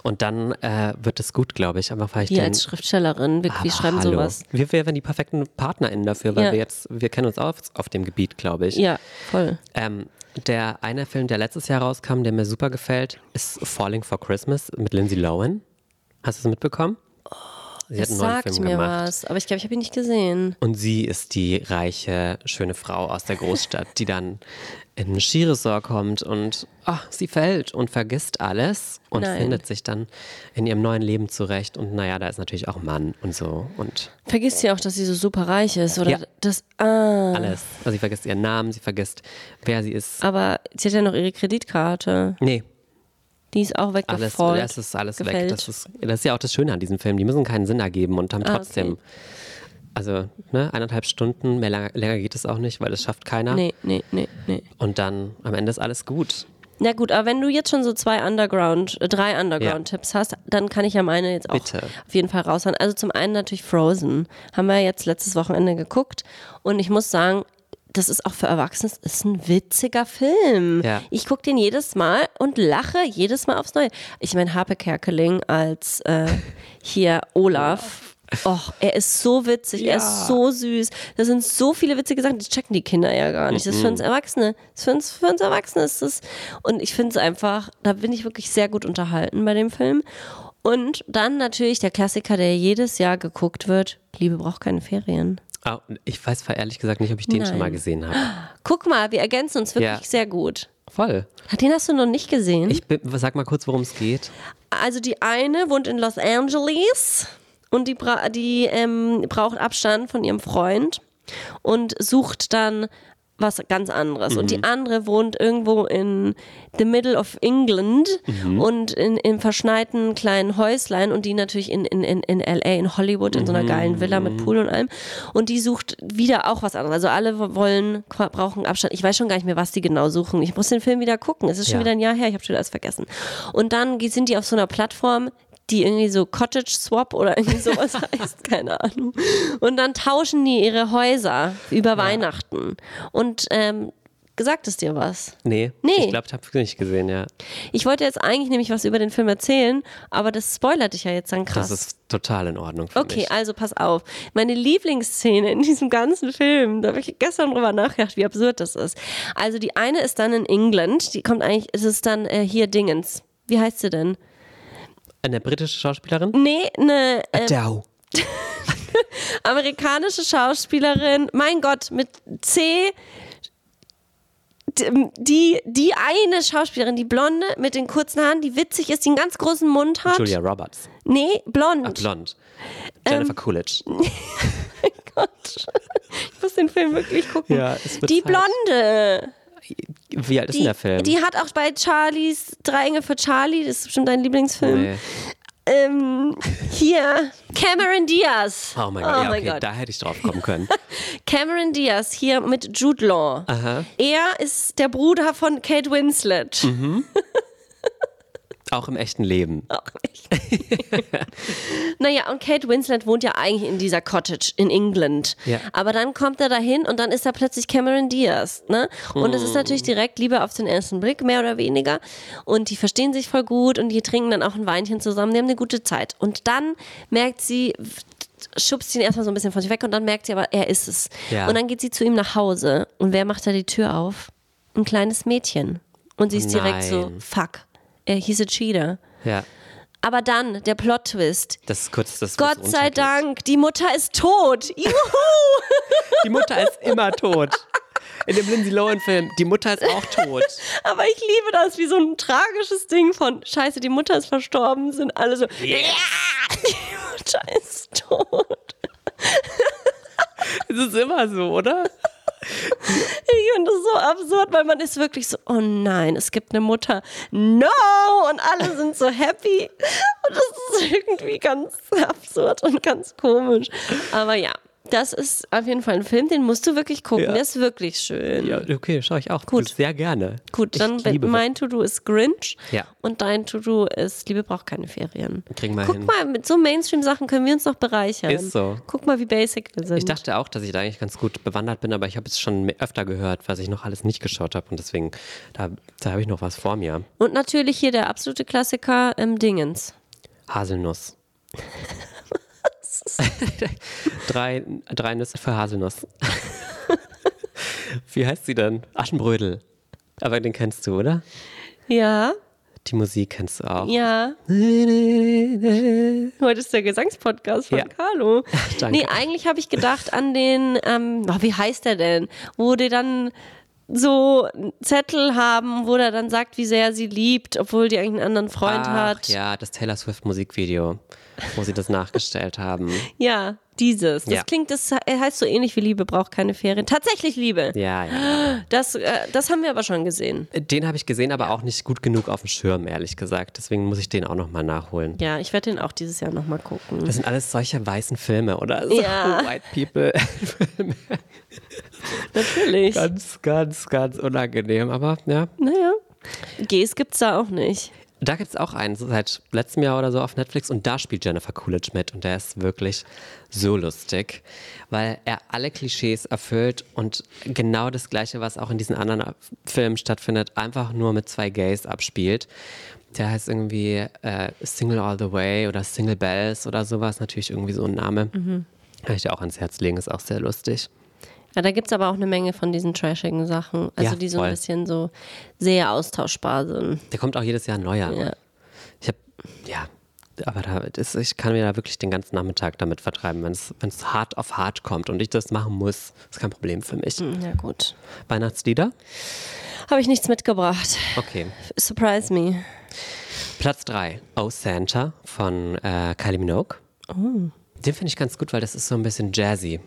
Speaker 2: und dann äh, wird es gut, glaube ich. Aber vielleicht
Speaker 1: Wir
Speaker 2: den,
Speaker 1: als Schriftstellerin, wir, wir
Speaker 2: Aber
Speaker 1: schreiben
Speaker 2: Ah, hallo.
Speaker 1: sowas.
Speaker 2: Wir wären die perfekten PartnerInnen dafür, weil
Speaker 1: Ja.
Speaker 2: wir jetzt, wir kennen uns auf, auf dem Gebiet, glaube ich.
Speaker 1: Ja, voll.
Speaker 2: Ähm, der eine Film, der letztes Jahr rauskam, der mir super gefällt, ist Falling for Christmas mit Lindsay Lohan. Hast du es mitbekommen? Sie
Speaker 1: Das sagt mir was, aber ich glaube, ich habe ihn nicht gesehen.
Speaker 2: Und sie ist die reiche, schöne Frau aus der Großstadt, die dann in ein Skiresort kommt und ah, sie fällt und vergisst alles und
Speaker 1: Nein.
Speaker 2: findet sich dann in ihrem neuen Leben zurecht. Und naja, da ist natürlich auch ein Mann und so und
Speaker 1: Vergisst sie auch, dass sie so super reich ist, oder?
Speaker 2: Ja.
Speaker 1: Das, ah.
Speaker 2: alles. Also sie vergisst ihren Namen, sie vergisst, wer sie ist.
Speaker 1: Aber sie hat ja noch ihre Kreditkarte.
Speaker 2: Nee,
Speaker 1: Die ist auch
Speaker 2: alles,
Speaker 1: weggefault.
Speaker 2: das ist alles weg.
Speaker 1: gefällt.
Speaker 2: Das ist, das ist ja auch das Schöne an diesem Film. Die müssen keinen Sinn ergeben und haben
Speaker 1: Ah,
Speaker 2: trotzdem, also ne, eineinhalb Stunden, mehr länger, länger geht es auch nicht, weil das schafft keiner.
Speaker 1: Nee, nee, nee, nee.
Speaker 2: Und dann am Ende ist alles gut.
Speaker 1: Na gut, aber wenn du jetzt schon so zwei Underground, äh, drei Underground-Tipps hast, dann kann ich ja meine jetzt auch
Speaker 2: Bitte.
Speaker 1: auf jeden Fall raushauen. Also zum einen natürlich Frozen. Haben wir jetzt letztes Wochenende geguckt und ich muss sagen, das ist auch für Erwachsene, das ist ein witziger Film.
Speaker 2: Ja.
Speaker 1: Ich gucke den jedes Mal und lache jedes Mal aufs Neue. Ich meine, Harpe Kerkeling als äh, hier Olaf. Och, er ist so witzig, er ist so süß. Da sind so viele witzige Sachen, das checken die Kinder ja gar nicht. Das ist für uns Erwachsene. Das ist für, uns, für uns Erwachsene ist das. Und ich finde es einfach, da bin ich wirklich sehr gut unterhalten bei dem Film. Und dann natürlich der Klassiker, der jedes Jahr geguckt wird. Liebe braucht keine Ferien.
Speaker 2: Ah, und ich weiß zwar ehrlich gesagt nicht, ob ich den schon mal
Speaker 1: Nein.
Speaker 2: gesehen habe.
Speaker 1: Guck mal, wir ergänzen uns wirklich
Speaker 2: Ja.
Speaker 1: sehr gut.
Speaker 2: Voll.
Speaker 1: Den hast du noch nicht gesehen?
Speaker 2: Ich bin, sag mal kurz, worum es geht.
Speaker 1: Also die eine wohnt in Los Angeles und die, bra die ähm, braucht Abstand von ihrem Freund und sucht dann was ganz anderes. Und die andere wohnt irgendwo in the middle of England und in, im verschneiten kleinen Häuslein und die natürlich in, in, in, in L.A., in Hollywood, in so einer geilen Villa mit Pool und allem. Und die sucht wieder auch was anderes. Also alle wollen, brauchen Abstand. Ich weiß schon gar nicht mehr, was die genau suchen. Ich muss den Film wieder gucken. Es ist schon
Speaker 2: Ja.
Speaker 1: wieder ein Jahr her, ich habe schon alles vergessen. Und dann ge- sind die auf so einer Plattform, die irgendwie so Cottage Swap oder irgendwie sowas heißt, keine Ahnung. Und dann tauschen die ihre Häuser über Weihnachten. Und ähm, gesagt es dir was?
Speaker 2: Nee.
Speaker 1: Nee.
Speaker 2: Ich glaube, ich habe es nicht gesehen, ja.
Speaker 1: Ich wollte jetzt eigentlich nämlich was über den Film erzählen, aber das spoilert dich ja jetzt dann krass.
Speaker 2: Das ist total in Ordnung für
Speaker 1: Okay,
Speaker 2: mich.
Speaker 1: also pass auf. Meine Lieblingsszene in diesem ganzen Film, da habe ich gestern drüber nachgedacht, wie absurd das ist. Also die eine ist dann in England, die kommt eigentlich, es ist dann äh, hier Dingens. Wie heißt sie denn? Ähm,
Speaker 2: Eine britische Schauspielerin?
Speaker 1: Nee, ne, äh,
Speaker 2: Dow.
Speaker 1: Amerikanische Schauspielerin, mein Gott, mit C. Die, die eine Schauspielerin, die Blonde mit den kurzen Haaren, die witzig ist, die einen ganz großen Mund hat.
Speaker 2: Julia Roberts.
Speaker 1: Nee, blond.
Speaker 2: Ach, blond.
Speaker 1: Ähm,
Speaker 2: Jennifer Coolidge.
Speaker 1: Mein Gott. Ich muss den Film wirklich gucken.
Speaker 2: Ja, es wird
Speaker 1: die
Speaker 2: Zeit.
Speaker 1: Blonde.
Speaker 2: Wie alt ist
Speaker 1: Die,
Speaker 2: denn der Film?
Speaker 1: die hat auch bei Charlies Drei Engel für Charlie, das ist bestimmt dein Lieblingsfilm.
Speaker 2: nee.
Speaker 1: Ähm, hier, Cameron Diaz.
Speaker 2: Oh mein Gott, ja, okay,
Speaker 1: Gott.
Speaker 2: da hätte ich drauf kommen können.
Speaker 1: Cameron Diaz hier mit Jude Law. Er ist der Bruder von Kate Winslet.
Speaker 2: Auch im echten Leben.
Speaker 1: Auch echt. naja, und Kate Winslet wohnt ja eigentlich in dieser Cottage in England.
Speaker 2: Ja.
Speaker 1: Aber dann kommt er dahin und dann ist da plötzlich Cameron Diaz. Ne? Und es ist
Speaker 2: Hm.
Speaker 1: natürlich direkt Liebe auf den ersten Blick, mehr oder weniger. Und die verstehen sich voll gut und die trinken dann auch ein Weinchen zusammen. Die haben eine gute Zeit. Und dann merkt sie, schubst ihn erstmal so ein bisschen von sich weg und dann merkt sie aber, er ist es.
Speaker 2: Ja.
Speaker 1: Und dann geht sie zu ihm nach Hause. Und wer macht da die Tür auf? Ein kleines Mädchen. Und sie ist direkt so,
Speaker 2: Nein.
Speaker 1: fuck, er hieß a cheater.
Speaker 2: Ja.
Speaker 1: Aber dann der Plot-Twist.
Speaker 2: Das ist kurz das
Speaker 1: Gott
Speaker 2: kurz
Speaker 1: sei
Speaker 2: Untertitel.
Speaker 1: Dank, die Mutter ist tot. Juhu!
Speaker 2: Die Mutter ist immer tot. In dem Lindsay Lohan-Film, die Mutter ist auch tot.
Speaker 1: Aber ich liebe das, wie so ein tragisches Ding von Scheiße, die Mutter ist verstorben, sind alle so. Ja! Die Mutter ist tot.
Speaker 2: Es ist immer so, oder?
Speaker 1: Ich finde das so absurd, weil man ist wirklich so, oh nein, es gibt eine Mutter. No! Und alle sind so happy. Und das ist irgendwie ganz absurd und ganz komisch. Aber ja, das ist auf jeden Fall ein Film, den musst du wirklich gucken.
Speaker 2: Ja.
Speaker 1: Der ist wirklich schön.
Speaker 2: Ja, okay, schaue ich auch. Hm. Gut. Sehr gerne.
Speaker 1: Gut, dann
Speaker 2: ich liebe
Speaker 1: mein To-Do ist Grinch
Speaker 2: Ja.
Speaker 1: und dein To-Do ist Liebe braucht keine Ferien.
Speaker 2: Kriegen wir
Speaker 1: Guck
Speaker 2: hin.
Speaker 1: mal, mit so Mainstream-Sachen können wir uns noch bereichern.
Speaker 2: Ist so.
Speaker 1: Guck mal, wie basic wir sind.
Speaker 2: Ich dachte auch, dass ich da eigentlich ganz gut bewandert bin, aber ich habe es schon öfter gehört, was ich noch alles nicht geschaut habe und deswegen, da, da habe ich noch was vor mir.
Speaker 1: und natürlich hier der absolute Klassiker ähm, Dingens.
Speaker 2: Haselnuss. drei, drei Nüsse für Haselnuss. Wie heißt sie denn? Aschenbrödel. Aber den kennst du, oder?
Speaker 1: Ja,
Speaker 2: Die Musik kennst du auch.
Speaker 1: ja. Heute ist der Gesangspodcast von
Speaker 2: Ja.
Speaker 1: Carlo.
Speaker 2: Danke.
Speaker 1: Nee, eigentlich habe ich gedacht an den, ähm, oh, wie heißt der denn? Wo die dann so einen Zettel haben, wo der dann sagt, wie sehr sie liebt, obwohl die eigentlich einen anderen Freund
Speaker 2: Ach,
Speaker 1: hat.
Speaker 2: ja, das Taylor Swift Musikvideo, wo sie das nachgestellt haben.
Speaker 1: Ja, dieses. Das
Speaker 2: Ja.
Speaker 1: klingt, das he- heißt so ähnlich wie Liebe braucht keine Ferien. Tatsächlich Liebe.
Speaker 2: Ja, ja.
Speaker 1: Das, äh, das haben wir aber schon gesehen.
Speaker 2: Den habe ich gesehen, aber auch nicht gut genug auf dem Schirm, ehrlich gesagt. Deswegen muss ich den auch nochmal nachholen.
Speaker 1: Ja, ich werde den auch dieses Jahr nochmal gucken.
Speaker 2: Das sind alles solche weißen Filme, oder? So
Speaker 1: Ja.
Speaker 2: White People.
Speaker 1: Natürlich.
Speaker 2: ganz, ganz, ganz unangenehm. Aber ja,
Speaker 1: Naja. Gs gibt's da auch nicht.
Speaker 2: Da gibt es auch einen so seit letztem Jahr oder so auf Netflix und da spielt Jennifer Coolidge mit und der ist wirklich so lustig, weil er alle Klischees erfüllt und genau das gleiche, was auch in diesen anderen Filmen stattfindet, einfach nur mit zwei Gays abspielt. Der heißt irgendwie äh, Single All the Way oder Single Bells oder sowas, natürlich irgendwie so ein Name. Kann ich dir auch ans Herz legen, ist auch sehr lustig.
Speaker 1: Ja, da gibt's aber auch eine Menge von diesen trashigen Sachen. Also
Speaker 2: Ja,
Speaker 1: die so ein
Speaker 2: voll.
Speaker 1: bisschen so sehr austauschbar sind.
Speaker 2: Der kommt auch jedes Jahr ein neuer. ne?
Speaker 1: Ja.
Speaker 2: Ich habe, ja, aber da ist, ich kann mir da wirklich den ganzen Nachmittag damit vertreiben, wenn es hart auf hart kommt und ich das machen muss, ist kein Problem für mich.
Speaker 1: Ja, gut.
Speaker 2: Weihnachtslieder?
Speaker 1: Habe ich nichts mitgebracht.
Speaker 2: Okay.
Speaker 1: Surprise me.
Speaker 2: Platz 3, Oh Santa von äh, Kylie Minogue.
Speaker 1: Oh.
Speaker 2: Den finde ich ganz gut, weil das ist so ein bisschen jazzy.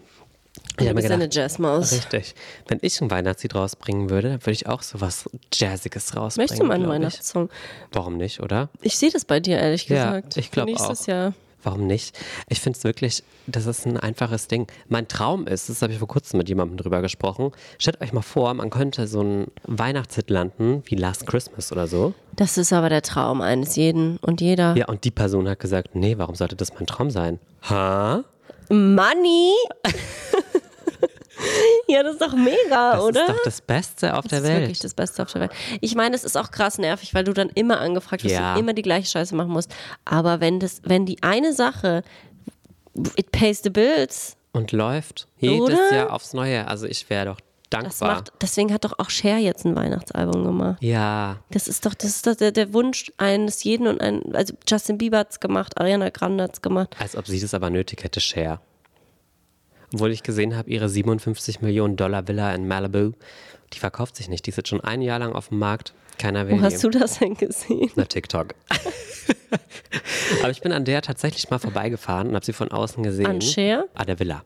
Speaker 2: Ich
Speaker 1: Du
Speaker 2: hab mir
Speaker 1: bist ja eine
Speaker 2: gedacht,
Speaker 1: Jazzmaus.
Speaker 2: Richtig. Wenn ich ein Weihnachtslied rausbringen würde, dann würde ich auch sowas Jazziges rausbringen.
Speaker 1: Möchtest du mal einen
Speaker 2: glaub ich.
Speaker 1: Weihnachtssong?
Speaker 2: Warum nicht, oder?
Speaker 1: Ich sehe das bei dir, ehrlich gesagt.
Speaker 2: Ja, ich glaube auch.
Speaker 1: Nächstes Jahr.
Speaker 2: Warum nicht? Ich finde es wirklich, das ist ein einfaches Ding. Mein Traum ist, das habe ich vor kurzem mit jemandem drüber gesprochen, stellt euch mal vor, man könnte so einen Weihnachtshit landen, wie Last Christmas oder so.
Speaker 1: Das ist aber der Traum eines jeden und jeder.
Speaker 2: Ja, und die Person hat gesagt, nee, warum sollte das mein Traum sein? Ha?
Speaker 1: Money? ja, das ist doch mega,
Speaker 2: Das
Speaker 1: oder?
Speaker 2: ist doch das Beste auf der
Speaker 1: das ist wirklich
Speaker 2: Welt.
Speaker 1: das Beste auf der Welt. Ich meine, es ist auch krass nervig, weil du dann immer angefragt wirst
Speaker 2: Ja.
Speaker 1: und immer die gleiche Scheiße machen musst. Aber wenn das, wenn die eine Sache, it pays the bills,
Speaker 2: Und läuft jedes
Speaker 1: Oder?
Speaker 2: Jahr aufs Neue. Also ich wäre doch
Speaker 1: das
Speaker 2: dankbar.
Speaker 1: macht, deswegen hat doch auch Cher jetzt ein Weihnachtsalbum gemacht.
Speaker 2: ja,
Speaker 1: Das ist doch, das ist doch der, der Wunsch eines jeden und ein, also Justin Bieber hat's gemacht, Ariana Grande hat's gemacht.
Speaker 2: als ob sie das aber nötig hätte, Cher. Obwohl ich gesehen habe, ihre 57 Millionen Dollar Villa in Malibu, die verkauft sich nicht. Die sitzt schon ein Jahr lang auf dem Markt. Keiner will
Speaker 1: Wo
Speaker 2: die.
Speaker 1: hast du das denn gesehen?
Speaker 2: Na, TikTok. Aber ich bin an der tatsächlich mal vorbeigefahren und habe sie von außen gesehen.
Speaker 1: An Cher?
Speaker 2: An der Villa.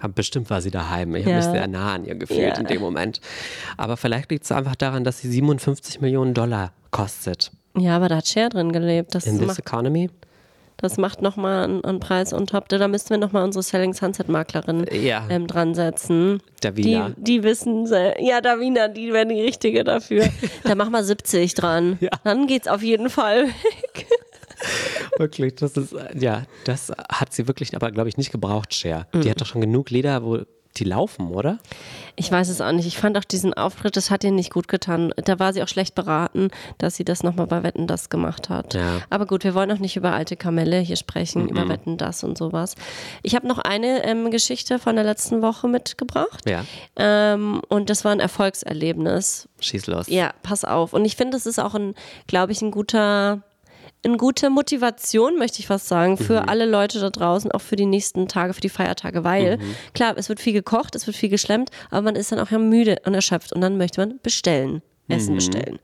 Speaker 2: Aber bestimmt war sie daheim. Ich habe
Speaker 1: Ja.
Speaker 2: mich sehr nah an ihr gefühlt
Speaker 1: Ja.
Speaker 2: in dem Moment. Aber vielleicht liegt es einfach daran, dass sie 57 Millionen Dollar kostet.
Speaker 1: Ja, aber da hat Cher drin gelebt. Das
Speaker 2: In this
Speaker 1: macht,
Speaker 2: economy?
Speaker 1: das macht nochmal einen, einen Preis on top. Da müssten wir nochmal unsere Selling Sunset Maklerin
Speaker 2: Ja.
Speaker 1: ähm, dran setzen.
Speaker 2: Davina.
Speaker 1: Die, die wissen, sehr- ja, Davina, die wäre die Richtige dafür. da mach mal 70 dran. Dann geht's auf jeden Fall weg.
Speaker 2: Wirklich, das ist, äh, ja, das hat sie wirklich, aber glaube ich, nicht gebraucht, Cher.
Speaker 1: Mhm.
Speaker 2: Die hat doch schon genug Lieder, wo die laufen, oder?
Speaker 1: Ich weiß es auch nicht. Ich fand auch diesen Auftritt, das hat ihr nicht gut getan. Da war sie auch schlecht beraten, dass sie das nochmal bei Wetten das gemacht hat.
Speaker 2: Ja. Mhm.
Speaker 1: Aber gut, wir wollen auch nicht über alte Kamelle hier sprechen, über Wetten das und sowas. Ich habe noch eine ähm, Geschichte von der letzten Woche mitgebracht.
Speaker 2: Ja.
Speaker 1: Ähm, und das war ein Erfolgserlebnis.
Speaker 2: Schieß los.
Speaker 1: Ja, pass auf. Und ich finde, es ist auch ein, glaube ich, ein guter, eine gute Motivation, möchte ich fast sagen, für alle Leute da draußen, auch für die nächsten Tage, für die Feiertage, weil klar, es wird viel gekocht, es wird viel geschlemmt, aber man ist dann auch ja müde und erschöpft und dann möchte man bestellen, Essen bestellen.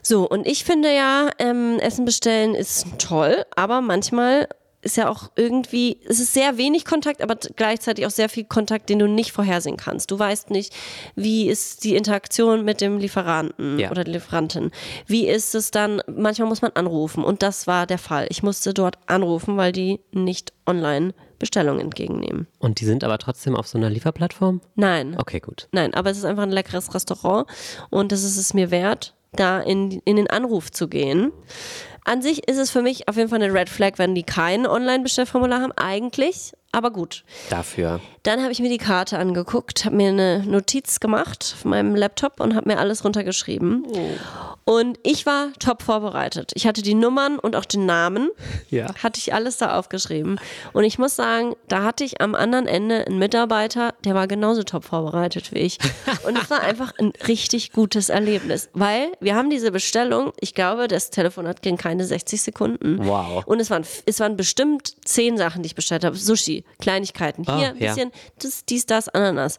Speaker 1: So, und ich finde ja, ähm, Essen bestellen ist toll, aber manchmal ist ja auch irgendwie, es ist sehr wenig Kontakt, aber t- gleichzeitig auch sehr viel Kontakt, den du nicht vorhersehen kannst. Du weißt nicht, wie ist die Interaktion mit dem Lieferanten
Speaker 2: Ja.
Speaker 1: oder der Lieferantin. Wie ist es dann, manchmal muss man anrufen und das war der Fall. Ich musste dort anrufen, weil die nicht online Bestellungen entgegennehmen.
Speaker 2: Und die sind aber trotzdem auf so einer Lieferplattform?
Speaker 1: Nein.
Speaker 2: Okay, gut.
Speaker 1: Nein, aber es ist einfach ein leckeres Restaurant und das ist es mir wert, da in, in den Anruf zu gehen. An sich ist es für mich auf jeden Fall eine Red Flag, wenn die kein Online-Bestellformular haben, eigentlich, aber gut.
Speaker 2: Dafür.
Speaker 1: Dann habe ich mir die Karte angeguckt, habe mir eine Notiz gemacht auf meinem Laptop und habe mir alles runtergeschrieben. Und ich war top vorbereitet. Ich hatte die Nummern und auch den Namen.
Speaker 2: Ja.
Speaker 1: Hatte ich alles da aufgeschrieben. Und ich muss sagen, da hatte ich am anderen Ende einen Mitarbeiter, der war genauso top vorbereitet wie ich. Und es war einfach ein richtig gutes Erlebnis, weil wir haben diese Bestellung, ich glaube, das Telefonat ging keine 60 Sekunden.
Speaker 2: Wow.
Speaker 1: Und es waren, es waren bestimmt zehn Sachen, die ich bestellt habe. Sushi, Kleinigkeiten,
Speaker 2: Ah,
Speaker 1: hier ein
Speaker 2: ja.
Speaker 1: bisschen, das, dies, das, Ananas.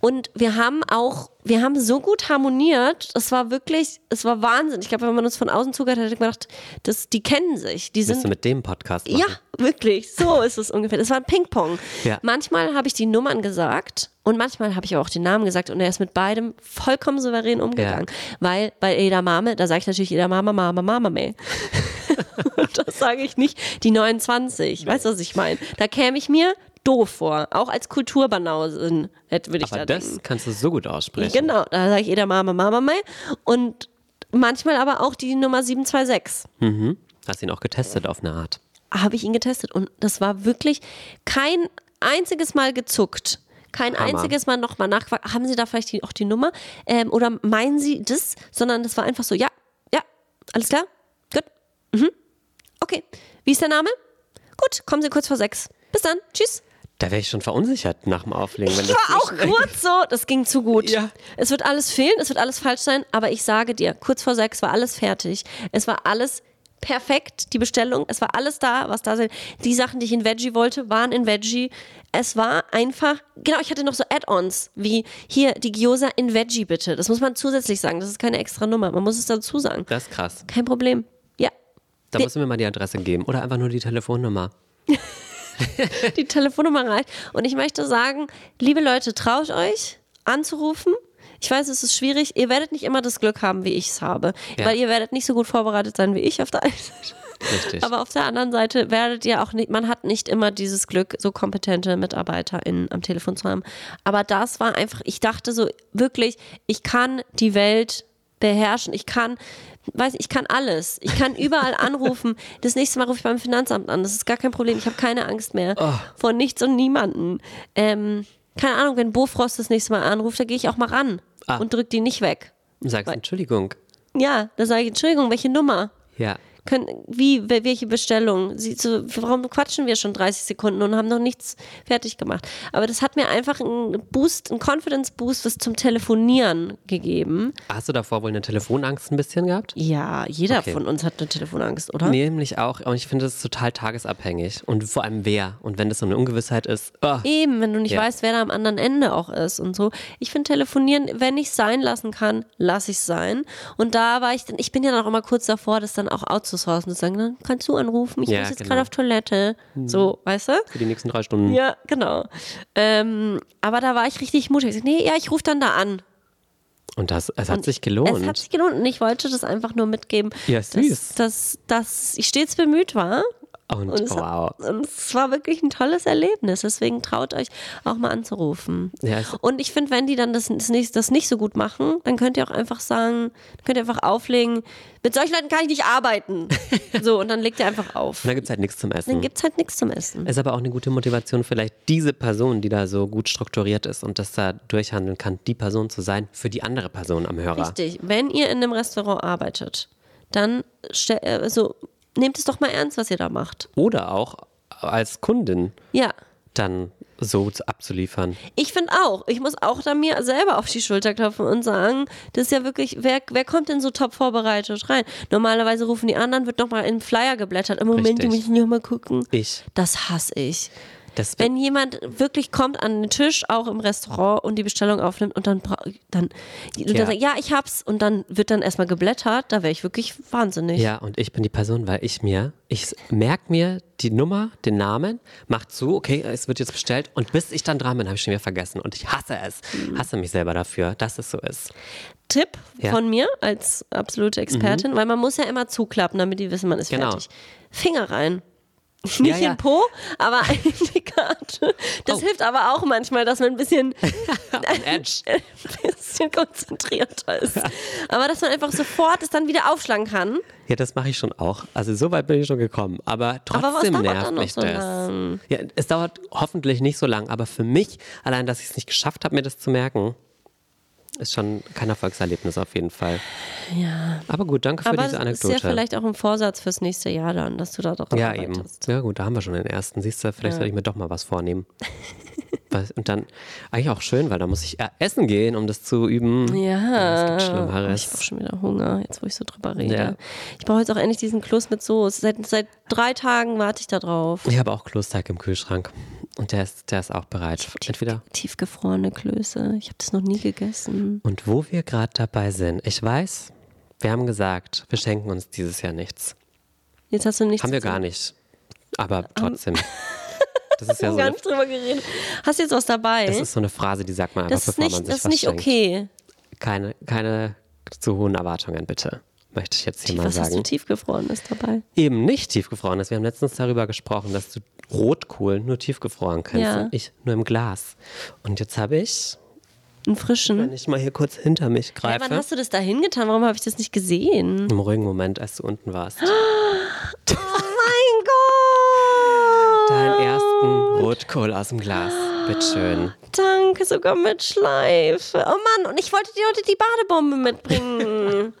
Speaker 1: Und wir haben auch, wir haben so gut harmoniert, es war wirklich, es war Wahnsinn. Ich glaube, wenn man uns von außen zugehört hat, hätte ich gedacht, das, die kennen sich, die
Speaker 2: Willst
Speaker 1: sind
Speaker 2: du mit dem Podcast machen?
Speaker 1: ja, wirklich. So ist es ungefähr. Es war ein Ping-Pong.
Speaker 2: Ja.
Speaker 1: Manchmal habe ich die Nummern gesagt und manchmal habe ich aber auch den Namen gesagt und er ist mit beidem vollkommen souverän umgegangen. Weil bei jeder Mame, da sage ich natürlich jeder Mama, Mama, Mama, meh. Und das sage ich nicht die 29. Weißt du, was ich meine? Da käme ich mir doof vor. Auch als Kulturbanausin hätte würde ich
Speaker 2: Aber
Speaker 1: da
Speaker 2: das
Speaker 1: denken.
Speaker 2: kannst du so gut aussprechen.
Speaker 1: Genau, da sage ich jeder Mama, Mama, meh. Und manchmal aber auch die Nummer 726
Speaker 2: Hast ihn auch getestet auf eine Art.
Speaker 1: habe ich ihn getestet und das war wirklich kein einziges Mal gezuckt. Kein
Speaker 2: Hammer.
Speaker 1: einziges Mal nochmal nachgefragt, haben Sie da vielleicht die, auch die Nummer? Ähm, oder meinen Sie das? Sondern das war einfach so, ja, ja, alles klar, gut, mhm. okay. Wie ist der Name? Gut, kommen Sie kurz vor sechs. Bis dann, tschüss.
Speaker 2: Da wäre ich schon verunsichert nach dem Auflegen. Wenn
Speaker 1: Ich
Speaker 2: das
Speaker 1: war auch kurz so, das ging zu gut.
Speaker 2: Ja.
Speaker 1: Es wird alles fehlen, es wird alles falsch sein, aber ich sage dir, kurz vor sechs war alles fertig. Es war alles perfekt, die Bestellung, es war alles da, was da sind. Die Sachen, die ich in Veggie wollte, waren in Veggie. Es war einfach, genau, ich hatte noch so Add-ons, wie hier die Gyoza in Veggie bitte. Das muss man zusätzlich sagen, das ist keine extra Nummer, man muss es dazu sagen.
Speaker 2: Das ist krass.
Speaker 1: Kein Problem. Ja,
Speaker 2: Da müssen wir mal die Adresse geben. Oder einfach nur die Telefonnummer.
Speaker 1: die Telefonnummer rein. Und ich möchte sagen, liebe Leute, traut euch anzurufen. Ich weiß, es ist schwierig. Ihr werdet nicht immer das Glück haben, wie ich es habe.
Speaker 2: Ja.
Speaker 1: Weil ihr werdet nicht so gut vorbereitet sein wie ich auf der einen Seite.
Speaker 2: Richtig.
Speaker 1: Aber auf der anderen Seite werdet ihr auch nicht, man hat nicht immer dieses Glück, so kompetente MitarbeiterInnen am Telefon zu haben. Aber das war einfach, ich dachte so wirklich, ich kann die Welt beherrschen. Ich kann, weiß nicht, ich kann alles. Ich kann überall anrufen. Das nächste Mal rufe ich beim Finanzamt an. Das ist gar kein Problem. Ich habe keine Angst mehr
Speaker 2: Ah.
Speaker 1: vor nichts und niemanden. Ähm, keine Ahnung, wenn Bofrost das nächste Mal anruft, da gehe ich auch mal ran
Speaker 2: Ah.
Speaker 1: und drück die nicht weg.
Speaker 2: Sagst Entschuldigung.
Speaker 1: Ja, da sage ich, Entschuldigung, welche Nummer?
Speaker 2: Ja.
Speaker 1: können, wie, wel- welche Bestellung? Sie, so, warum quatschen wir schon 30 Sekunden und haben noch nichts fertig gemacht? Aber das hat mir einfach einen Boost, einen Confidence-Boost was zum Telefonieren gegeben.
Speaker 2: Hast du davor wohl eine Telefonangst ein bisschen gehabt?
Speaker 1: Ja, jeder
Speaker 2: Okay.
Speaker 1: von uns hat eine Telefonangst, oder?
Speaker 2: Nämlich auch, und ich finde das ist total tagesabhängig. Und vor allem wer. Und wenn das so eine Ungewissheit ist, ah,
Speaker 1: Eben, wenn du nicht
Speaker 2: Ja.
Speaker 1: weißt, wer da am anderen Ende auch ist und so. Ich finde telefonieren, wenn ich sein lassen kann, lasse ich sein. Und da war ich, dann, ich bin ja noch immer kurz davor, das dann auch outzusourcen, zu sagen, dann kannst du anrufen, ich
Speaker 2: Ja,
Speaker 1: muss jetzt
Speaker 2: genau.
Speaker 1: gerade auf Toilette. So, weißt du?
Speaker 2: für die nächsten drei Stunden.
Speaker 1: Ja, genau. Ähm, aber da war ich richtig mutig. Ich sag, nee, ja, ich rufe dann da an.
Speaker 2: Und das, es hat
Speaker 1: Es
Speaker 2: sich
Speaker 1: hat
Speaker 2: gelohnt.
Speaker 1: sich gelohnt und ich wollte das einfach nur mitgeben,
Speaker 2: Ja,
Speaker 1: dass,
Speaker 2: süß.
Speaker 1: dass, dass ich stets bemüht war.
Speaker 2: Und,
Speaker 1: Und es,
Speaker 2: wow.
Speaker 1: und es war wirklich ein tolles Erlebnis. Deswegen traut euch auch mal anzurufen.
Speaker 2: Ja, es-
Speaker 1: und ich finde, wenn die dann das, das, nicht, das nicht so gut machen, dann könnt ihr auch einfach sagen, könnt ihr einfach auflegen, mit solchen Leuten kann ich nicht arbeiten. so, und dann legt ihr einfach auf.
Speaker 2: Und dann gibt es halt nichts zum Essen.
Speaker 1: Dann gibt es halt nichts zum Essen.
Speaker 2: Ist aber auch eine gute Motivation, vielleicht diese Person, die da so gut strukturiert ist und das da durchhandeln kann, die Person zu sein für die andere Person am Hörer.
Speaker 1: Richtig. Wenn ihr in einem Restaurant arbeitet, dann stell- äh, also, nehmt es doch mal ernst, was ihr da macht.
Speaker 2: Oder auch als Kundin
Speaker 1: Ja.
Speaker 2: dann so zu- abzuliefern.
Speaker 1: Ich finde auch, ich muss auch da mir selber auf die Schulter klopfen und sagen, das ist ja wirklich, wer, wer kommt denn so top vorbereitet rein? Normalerweise rufen die anderen, wird nochmal in den Flyer geblättert. Im Moment,
Speaker 2: Richtig.
Speaker 1: die müssen hier mal gucken.
Speaker 2: Ich.
Speaker 1: Das hasse ich.
Speaker 2: Das
Speaker 1: Wenn jemand wirklich kommt an den Tisch, auch im Restaurant und die Bestellung aufnimmt und dann, bra- dann, ja. dann sagt, ja, ich hab's und dann wird dann erstmal geblättert, da wäre ich wirklich wahnsinnig.
Speaker 2: Ja, und ich bin die Person, weil ich mir, ich merke mir die Nummer, den Namen, mach zu, okay, es wird jetzt bestellt und bis ich dann dran bin, habe ich schon wieder vergessen und ich hasse es. Hasse mich selber dafür, dass es so ist.
Speaker 1: Tipp
Speaker 2: Ja. Mhm.
Speaker 1: von mir als absolute Expertin, weil man muss ja immer zuklappen, damit die wissen, man ist
Speaker 2: Genau.
Speaker 1: fertig. Finger rein. Nicht
Speaker 2: Ja, Oh.
Speaker 1: in
Speaker 2: ja.
Speaker 1: den Po, aber in die Karte. Das hilft aber auch manchmal, dass man ein bisschen,
Speaker 2: On edge.
Speaker 1: ein bisschen konzentrierter ist. Aber dass man einfach sofort es dann wieder aufschlagen kann.
Speaker 2: Ja, das mache ich schon auch. Also so weit bin ich schon gekommen. Aber
Speaker 1: was
Speaker 2: trotzdem
Speaker 1: dauert
Speaker 2: nervt
Speaker 1: dann noch
Speaker 2: mich
Speaker 1: so
Speaker 2: das. Ja, es dauert hoffentlich nicht so lang, aber für mich, allein, dass ich es nicht geschafft habe, mir das zu merken, ist schon kein Erfolgserlebnis auf jeden Fall. Ja. Aber gut, danke für
Speaker 1: aber
Speaker 2: diese
Speaker 1: es ist
Speaker 2: Anekdote.
Speaker 1: ja vielleicht auch ein Vorsatz fürs nächste Jahr dann, dass du da drauf
Speaker 2: Ja, eben.
Speaker 1: arbeitest.
Speaker 2: Ja, gut, da haben wir schon den ersten. Siehst du, vielleicht sollte ich mir doch mal was vornehmen. was, und dann eigentlich auch schön, weil da muss ich äh, essen gehen, um das zu üben.
Speaker 1: Ja,
Speaker 2: es gibt
Speaker 1: oh, ich habe auch
Speaker 2: Schlimmeres.
Speaker 1: schon wieder Hunger, jetzt wo ich so drüber rede.
Speaker 2: Ja.
Speaker 1: Ich brauche jetzt auch endlich diesen Kloß mit Soße. Seit, seit drei Tagen warte ich da drauf.
Speaker 2: Ich habe auch Klosteig im Kühlschrank. Und der ist, der ist auch bereit. Entweder
Speaker 1: Tiefgefrorene Klöße. Ich habe das noch nie gegessen.
Speaker 2: Und wo wir gerade dabei sind, ich weiß, wir haben gesagt, wir schenken uns dieses Jahr nichts.
Speaker 1: Jetzt hast du Ähm. nichts.
Speaker 2: Haben wir gar
Speaker 1: dazu-
Speaker 2: nicht. Aber trotzdem. Das ist ja
Speaker 1: Wir haben
Speaker 2: so
Speaker 1: gar nicht drüber
Speaker 2: eine,
Speaker 1: geredet. Hast jetzt was dabei?
Speaker 2: das ist so eine Frase, die sagt man einfach,
Speaker 1: Das ist
Speaker 2: bevor man
Speaker 1: nicht,
Speaker 2: sich
Speaker 1: das ist
Speaker 2: was
Speaker 1: nicht
Speaker 2: schenkt.
Speaker 1: okay.
Speaker 2: Keine, keine zu hohen Erwartungen, bitte. Möchte ich jetzt hier mal
Speaker 1: Was hast du
Speaker 2: sagen.
Speaker 1: tiefgefrorenes dabei?
Speaker 2: Eben nicht tiefgefroren ist. Wir haben letztens darüber gesprochen, dass du Rotkohl nur tiefgefroren kannst
Speaker 1: Ja.
Speaker 2: und ich nur im Glas. Und jetzt habe ich,
Speaker 1: Einen
Speaker 2: wenn
Speaker 1: frischen.
Speaker 2: ich mal hier kurz hinter mich
Speaker 1: Ja,
Speaker 2: greife,
Speaker 1: wann hast du das da hingetan? Warum habe ich das nicht gesehen?
Speaker 2: im ruhigen Moment, als du unten warst,
Speaker 1: Oh mein Gott!
Speaker 2: deinen ersten Rotkohl aus dem Glas. Bitteschön.
Speaker 1: Danke, sogar mit Schleife. Oh Mann, und ich wollte dir heute die Badebombe mitbringen.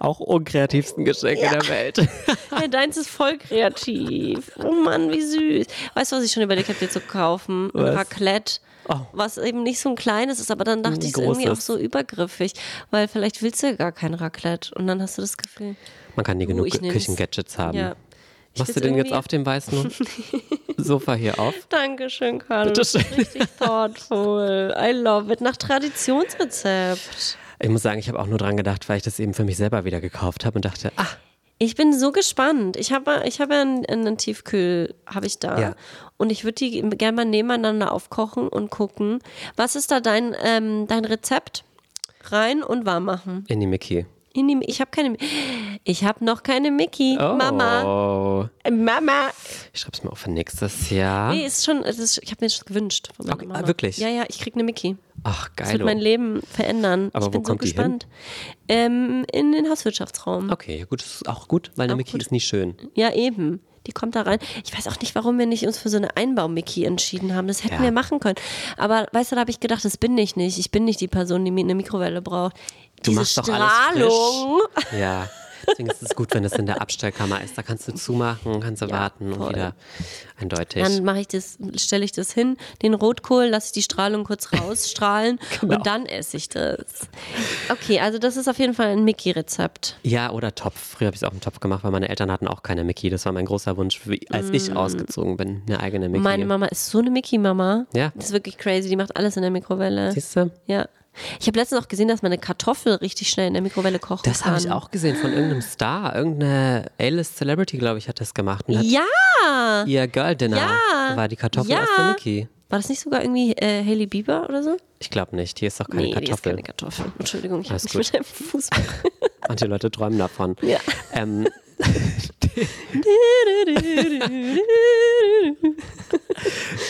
Speaker 2: Auch unkreativsten Geschenke der Welt.
Speaker 1: ja, deins ist voll kreativ. Oh Mann, wie süß. Weißt du, was ich schon überlegt habe, dir zu kaufen? Ein
Speaker 2: Was?
Speaker 1: Raclette.
Speaker 2: Oh.
Speaker 1: Was eben nicht so ein kleines ist, aber dann dachte ich, es ist irgendwie auch
Speaker 2: großes.
Speaker 1: so übergriffig, weil vielleicht willst du ja gar kein Raclette und dann hast du das Gefühl.
Speaker 2: Man kann nie
Speaker 1: Du,
Speaker 2: genug
Speaker 1: Oh, ich nehm's.
Speaker 2: Küchengadgets haben.
Speaker 1: Ja. Ich
Speaker 2: Machst du
Speaker 1: will's
Speaker 2: den jetzt
Speaker 1: irgendwie-
Speaker 2: auf dem weißen Sofa hier auf?
Speaker 1: Dankeschön, Karl. Das ist richtig thoughtful. I love it. Nach Traditionsrezept.
Speaker 2: Ich muss sagen, ich habe auch nur dran gedacht, weil ich das eben für mich selber wieder gekauft habe und dachte, ah,
Speaker 1: Ich bin so gespannt. Ich habe ich habe ja einen, einen Tiefkühl, habe ich da.
Speaker 2: Ja.
Speaker 1: Und ich würde die gerne mal nebeneinander aufkochen und gucken. Was ist da dein, ähm, dein Rezept? Rein und warm machen.
Speaker 2: in die Mickey.
Speaker 1: In die, ich habe keine, ich habe noch keine Mickey.
Speaker 2: Oh.
Speaker 1: Mama, Mama.
Speaker 2: Ich schreibe es mir auch für nächstes Jahr.
Speaker 1: Nee, ist schon, es ist, ich habe mir das gewünscht von meiner
Speaker 2: Okay, ah,
Speaker 1: Mama.
Speaker 2: wirklich?
Speaker 1: Ja, ja, ich krieg eine Mickey.
Speaker 2: Ach,
Speaker 1: Das
Speaker 2: geil. oh.
Speaker 1: wird mein Leben verändern.
Speaker 2: Aber
Speaker 1: ich
Speaker 2: wo
Speaker 1: bin
Speaker 2: kommt
Speaker 1: so
Speaker 2: die hin?
Speaker 1: gespannt. Ähm, in den Hauswirtschaftsraum.
Speaker 2: Okay, ja gut, das ist auch gut, weil eine Mickey
Speaker 1: gut.
Speaker 2: ist nie schön.
Speaker 1: Ja, eben. Die kommt da rein. Ich weiß auch nicht, warum wir nicht uns für so eine Einbaumiki entschieden haben. Das hätten
Speaker 2: Ja.
Speaker 1: wir machen können. Aber weißt du, da habe ich gedacht, das bin ich nicht. Ich bin nicht die Person, die mir eine Mikrowelle braucht.
Speaker 2: Du
Speaker 1: Diese
Speaker 2: machst doch
Speaker 1: Strahlung.
Speaker 2: alles frisch. Ja. Deswegen ist es gut, wenn es in der Abstellkammer ist. Da kannst du zumachen, kannst du warten und
Speaker 1: voll.
Speaker 2: wieder eindeutig.
Speaker 1: Dann mache ich das, stelle ich das hin, den Rotkohl, lasse ich die Strahlung kurz rausstrahlen
Speaker 2: Genau.
Speaker 1: und dann esse ich das. Okay, also das ist auf jeden Fall ein Mickey-Rezept.
Speaker 2: ja, oder Topf. Früher habe ich es auf dem Topf gemacht, weil meine Eltern hatten auch keine Mickey. Das war mein großer Wunsch, wie- als ich ausgezogen bin, eine eigene Mickey.
Speaker 1: Mm. Meine Mama ist so eine Mickey-Mama.
Speaker 2: Ja.
Speaker 1: Das ist wirklich crazy. Die macht alles in der Mikrowelle.
Speaker 2: Siehst du?
Speaker 1: Ja. Ich habe letztens auch gesehen, dass man eine Kartoffel richtig schnell in der Mikrowelle kochen
Speaker 2: Das
Speaker 1: kann.
Speaker 2: habe ich auch gesehen von irgendeinem Star. Irgendeine A-List Celebrity, glaube ich, hat das gemacht. Und hat
Speaker 1: Ja!
Speaker 2: ihr Girl Dinner
Speaker 1: Mhm. Ja!
Speaker 2: war die Kartoffel
Speaker 1: Ja!
Speaker 2: aus der Mickey.
Speaker 1: War das nicht sogar irgendwie äh, Hailey Bieber oder so?
Speaker 2: Ich glaube nicht. Hier ist doch keine
Speaker 1: nee, die ist
Speaker 2: Kartoffel.
Speaker 1: keine Kartoffel. Entschuldigung, ich habe
Speaker 2: Alles
Speaker 1: mich
Speaker 2: gut.
Speaker 1: mit dem Fuß.
Speaker 2: Manche Leute träumen davon.
Speaker 1: Ja.
Speaker 2: Ähm,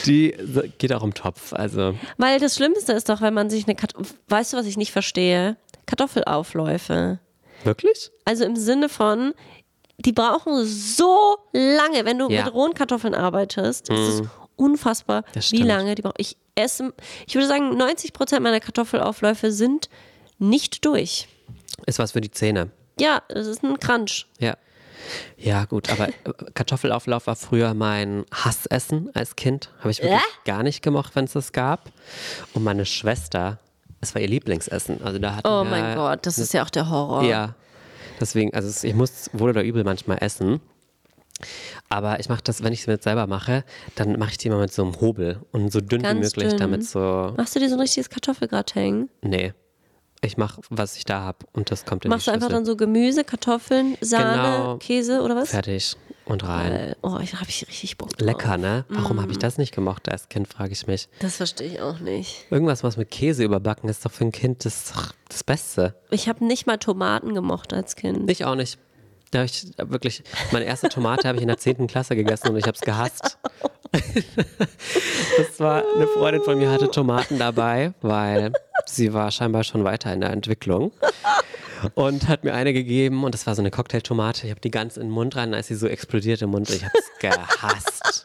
Speaker 2: die geht auch im Topf. Also
Speaker 1: Weil das Schlimmste ist doch, wenn man sich eine Kartoffel. Weißt du, was ich nicht verstehe? Kartoffelaufläufe.
Speaker 2: wirklich?
Speaker 1: Also im Sinne von, die brauchen so lange, wenn du
Speaker 2: Ja. Mhm.
Speaker 1: mit rohen Kartoffeln arbeitest. Es ist unfassbar,
Speaker 2: Das
Speaker 1: wie
Speaker 2: stimmt.
Speaker 1: lange die brauchen. Ich esse, ich würde sagen, 90 Prozent meiner Kartoffelaufläufe sind nicht durch.
Speaker 2: Ist was für die Zähne.
Speaker 1: Ja, es ist ein Crunch.
Speaker 2: Ja. Ja, gut, aber äh, Kartoffelauflauf war früher mein Hassessen als Kind. Habe ich wirklich
Speaker 1: Äh?
Speaker 2: gar nicht gemocht, wenn es das gab. Und meine Schwester, es war ihr Lieblingsessen. Also da hatten
Speaker 1: Oh
Speaker 2: wir,
Speaker 1: mein Gott, das ist ja auch der Horror.
Speaker 2: Ja. Deswegen, also es- ich muss wohl oder übel manchmal essen. Aber ich mache das, wenn ich es mir jetzt selber mache, dann mache ich die immer mit so einem Hobel und so dünn
Speaker 1: Ganz
Speaker 2: wie möglich,
Speaker 1: dünn.
Speaker 2: damit so.
Speaker 1: Machst du dir so ein richtiges Kartoffelgratin?
Speaker 2: Nee. Ich mache, was ich da habe und das kommt in
Speaker 1: Machst
Speaker 2: die
Speaker 1: du einfach
Speaker 2: Schüssel.
Speaker 1: dann so Gemüse, Kartoffeln, Sahne,
Speaker 2: Genau.
Speaker 1: Käse oder was?
Speaker 2: Fertig und rein.
Speaker 1: Äh, Oh, ich habe ich richtig Bock. drauf.
Speaker 2: Lecker, ne? Warum habe ich das nicht gemocht als Kind, frage ich mich.
Speaker 1: Das verstehe ich auch nicht.
Speaker 2: Irgendwas, was mit Käse überbacken ist, doch für ein Kind das, das Beste.
Speaker 1: Ich habe nicht mal Tomaten gemocht als Kind.
Speaker 2: Ich auch nicht. Da hab ich wirklich, meine erste Tomate habe ich in der 10. Klasse gegessen und ich habe es gehasst. Das war, eine Freundin von mir hatte Tomaten dabei, weil sie war scheinbar schon weiter in der Entwicklung und hat mir eine gegeben und das war so eine Cocktailtomate. Ich habe die ganz in den Mund rein, als sie so explodiert im Mund. Ich habe es gehasst.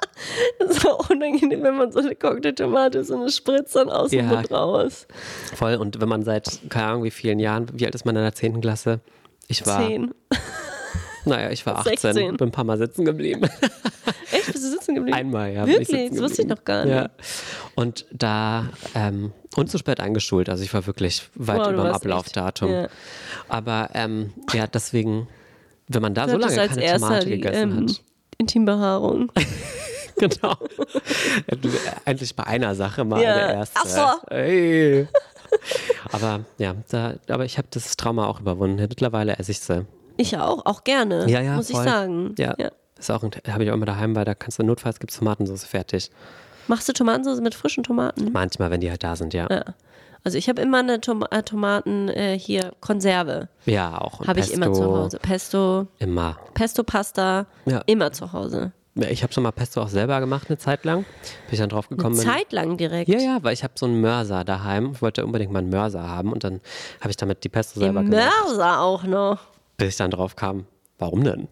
Speaker 1: Das ist auch unangenehm, wenn man so eine Cocktailtomate, so eine Spritze dann aus dem
Speaker 2: Ja.
Speaker 1: Mund raus.
Speaker 2: Voll. Und wenn man seit, keine Ahnung, wie vielen Jahren, wie alt ist man in der 10. Klasse? Ich war,
Speaker 1: Zehn.
Speaker 2: naja, ich war 18,
Speaker 1: 16.
Speaker 2: bin ein paar Mal sitzen geblieben.
Speaker 1: Echt, bist du sitzen geblieben?
Speaker 2: Einmal, ja. bin ich
Speaker 1: Wirklich,
Speaker 2: sitzen
Speaker 1: das wusste ich
Speaker 2: geblieben.
Speaker 1: noch gar nicht.
Speaker 2: Ja. Und da, ähm, und zu spät eingeschult. Also ich war wirklich weit
Speaker 1: Wow, du
Speaker 2: über dem
Speaker 1: warst echt-
Speaker 2: Ablaufdatum.
Speaker 1: ja.
Speaker 2: Aber ähm, ja, deswegen, wenn man da
Speaker 1: Du
Speaker 2: so
Speaker 1: hattest
Speaker 2: lange
Speaker 1: als
Speaker 2: keine
Speaker 1: erster
Speaker 2: Tomate
Speaker 1: die,
Speaker 2: gegessen
Speaker 1: ähm,
Speaker 2: hat.
Speaker 1: Intimbehaarung.
Speaker 2: Genau. Endlich bei einer Sache mal
Speaker 1: Ja.
Speaker 2: der erste.
Speaker 1: Ach so.
Speaker 2: Ey. Aber ja, da, aber ich habe das Trauma auch überwunden. Mittlerweile esse ich sie.
Speaker 1: Ich auch, auch gerne,
Speaker 2: Ja, ja,
Speaker 1: muss
Speaker 2: voll.
Speaker 1: ich sagen.
Speaker 2: Ja.
Speaker 1: Ja.
Speaker 2: Ist auch ein, habe ich auch immer daheim, weil da kannst du notfalls gibt's Tomatensauce fertig.
Speaker 1: Machst du Tomatensauce mit frischen Tomaten?
Speaker 2: Manchmal, wenn die halt da sind, ja. Ja,
Speaker 1: Ja. Also ich habe immer eine Toma äh, Tomaten äh, hier Konserve.
Speaker 2: auch. Und
Speaker 1: Habe ich immer zu
Speaker 2: Pesto,
Speaker 1: Hause. Pesto,
Speaker 2: Immer.
Speaker 1: Pesto-Pasta,
Speaker 2: Ja.
Speaker 1: immer zu Hause.
Speaker 2: Ja, Ich habe schon mal Pesto auch selber gemacht eine Zeit lang. Bin ich dann drauf gekommen. bin-
Speaker 1: Zeitlang direkt.
Speaker 2: Ja, ja, weil ich habe so einen Mörser daheim. Ich wollte unbedingt mal einen Mörser haben und dann habe ich damit die Pesto selber gemacht.
Speaker 1: Mörser auch noch.
Speaker 2: Bis ich dann drauf kam, warum denn?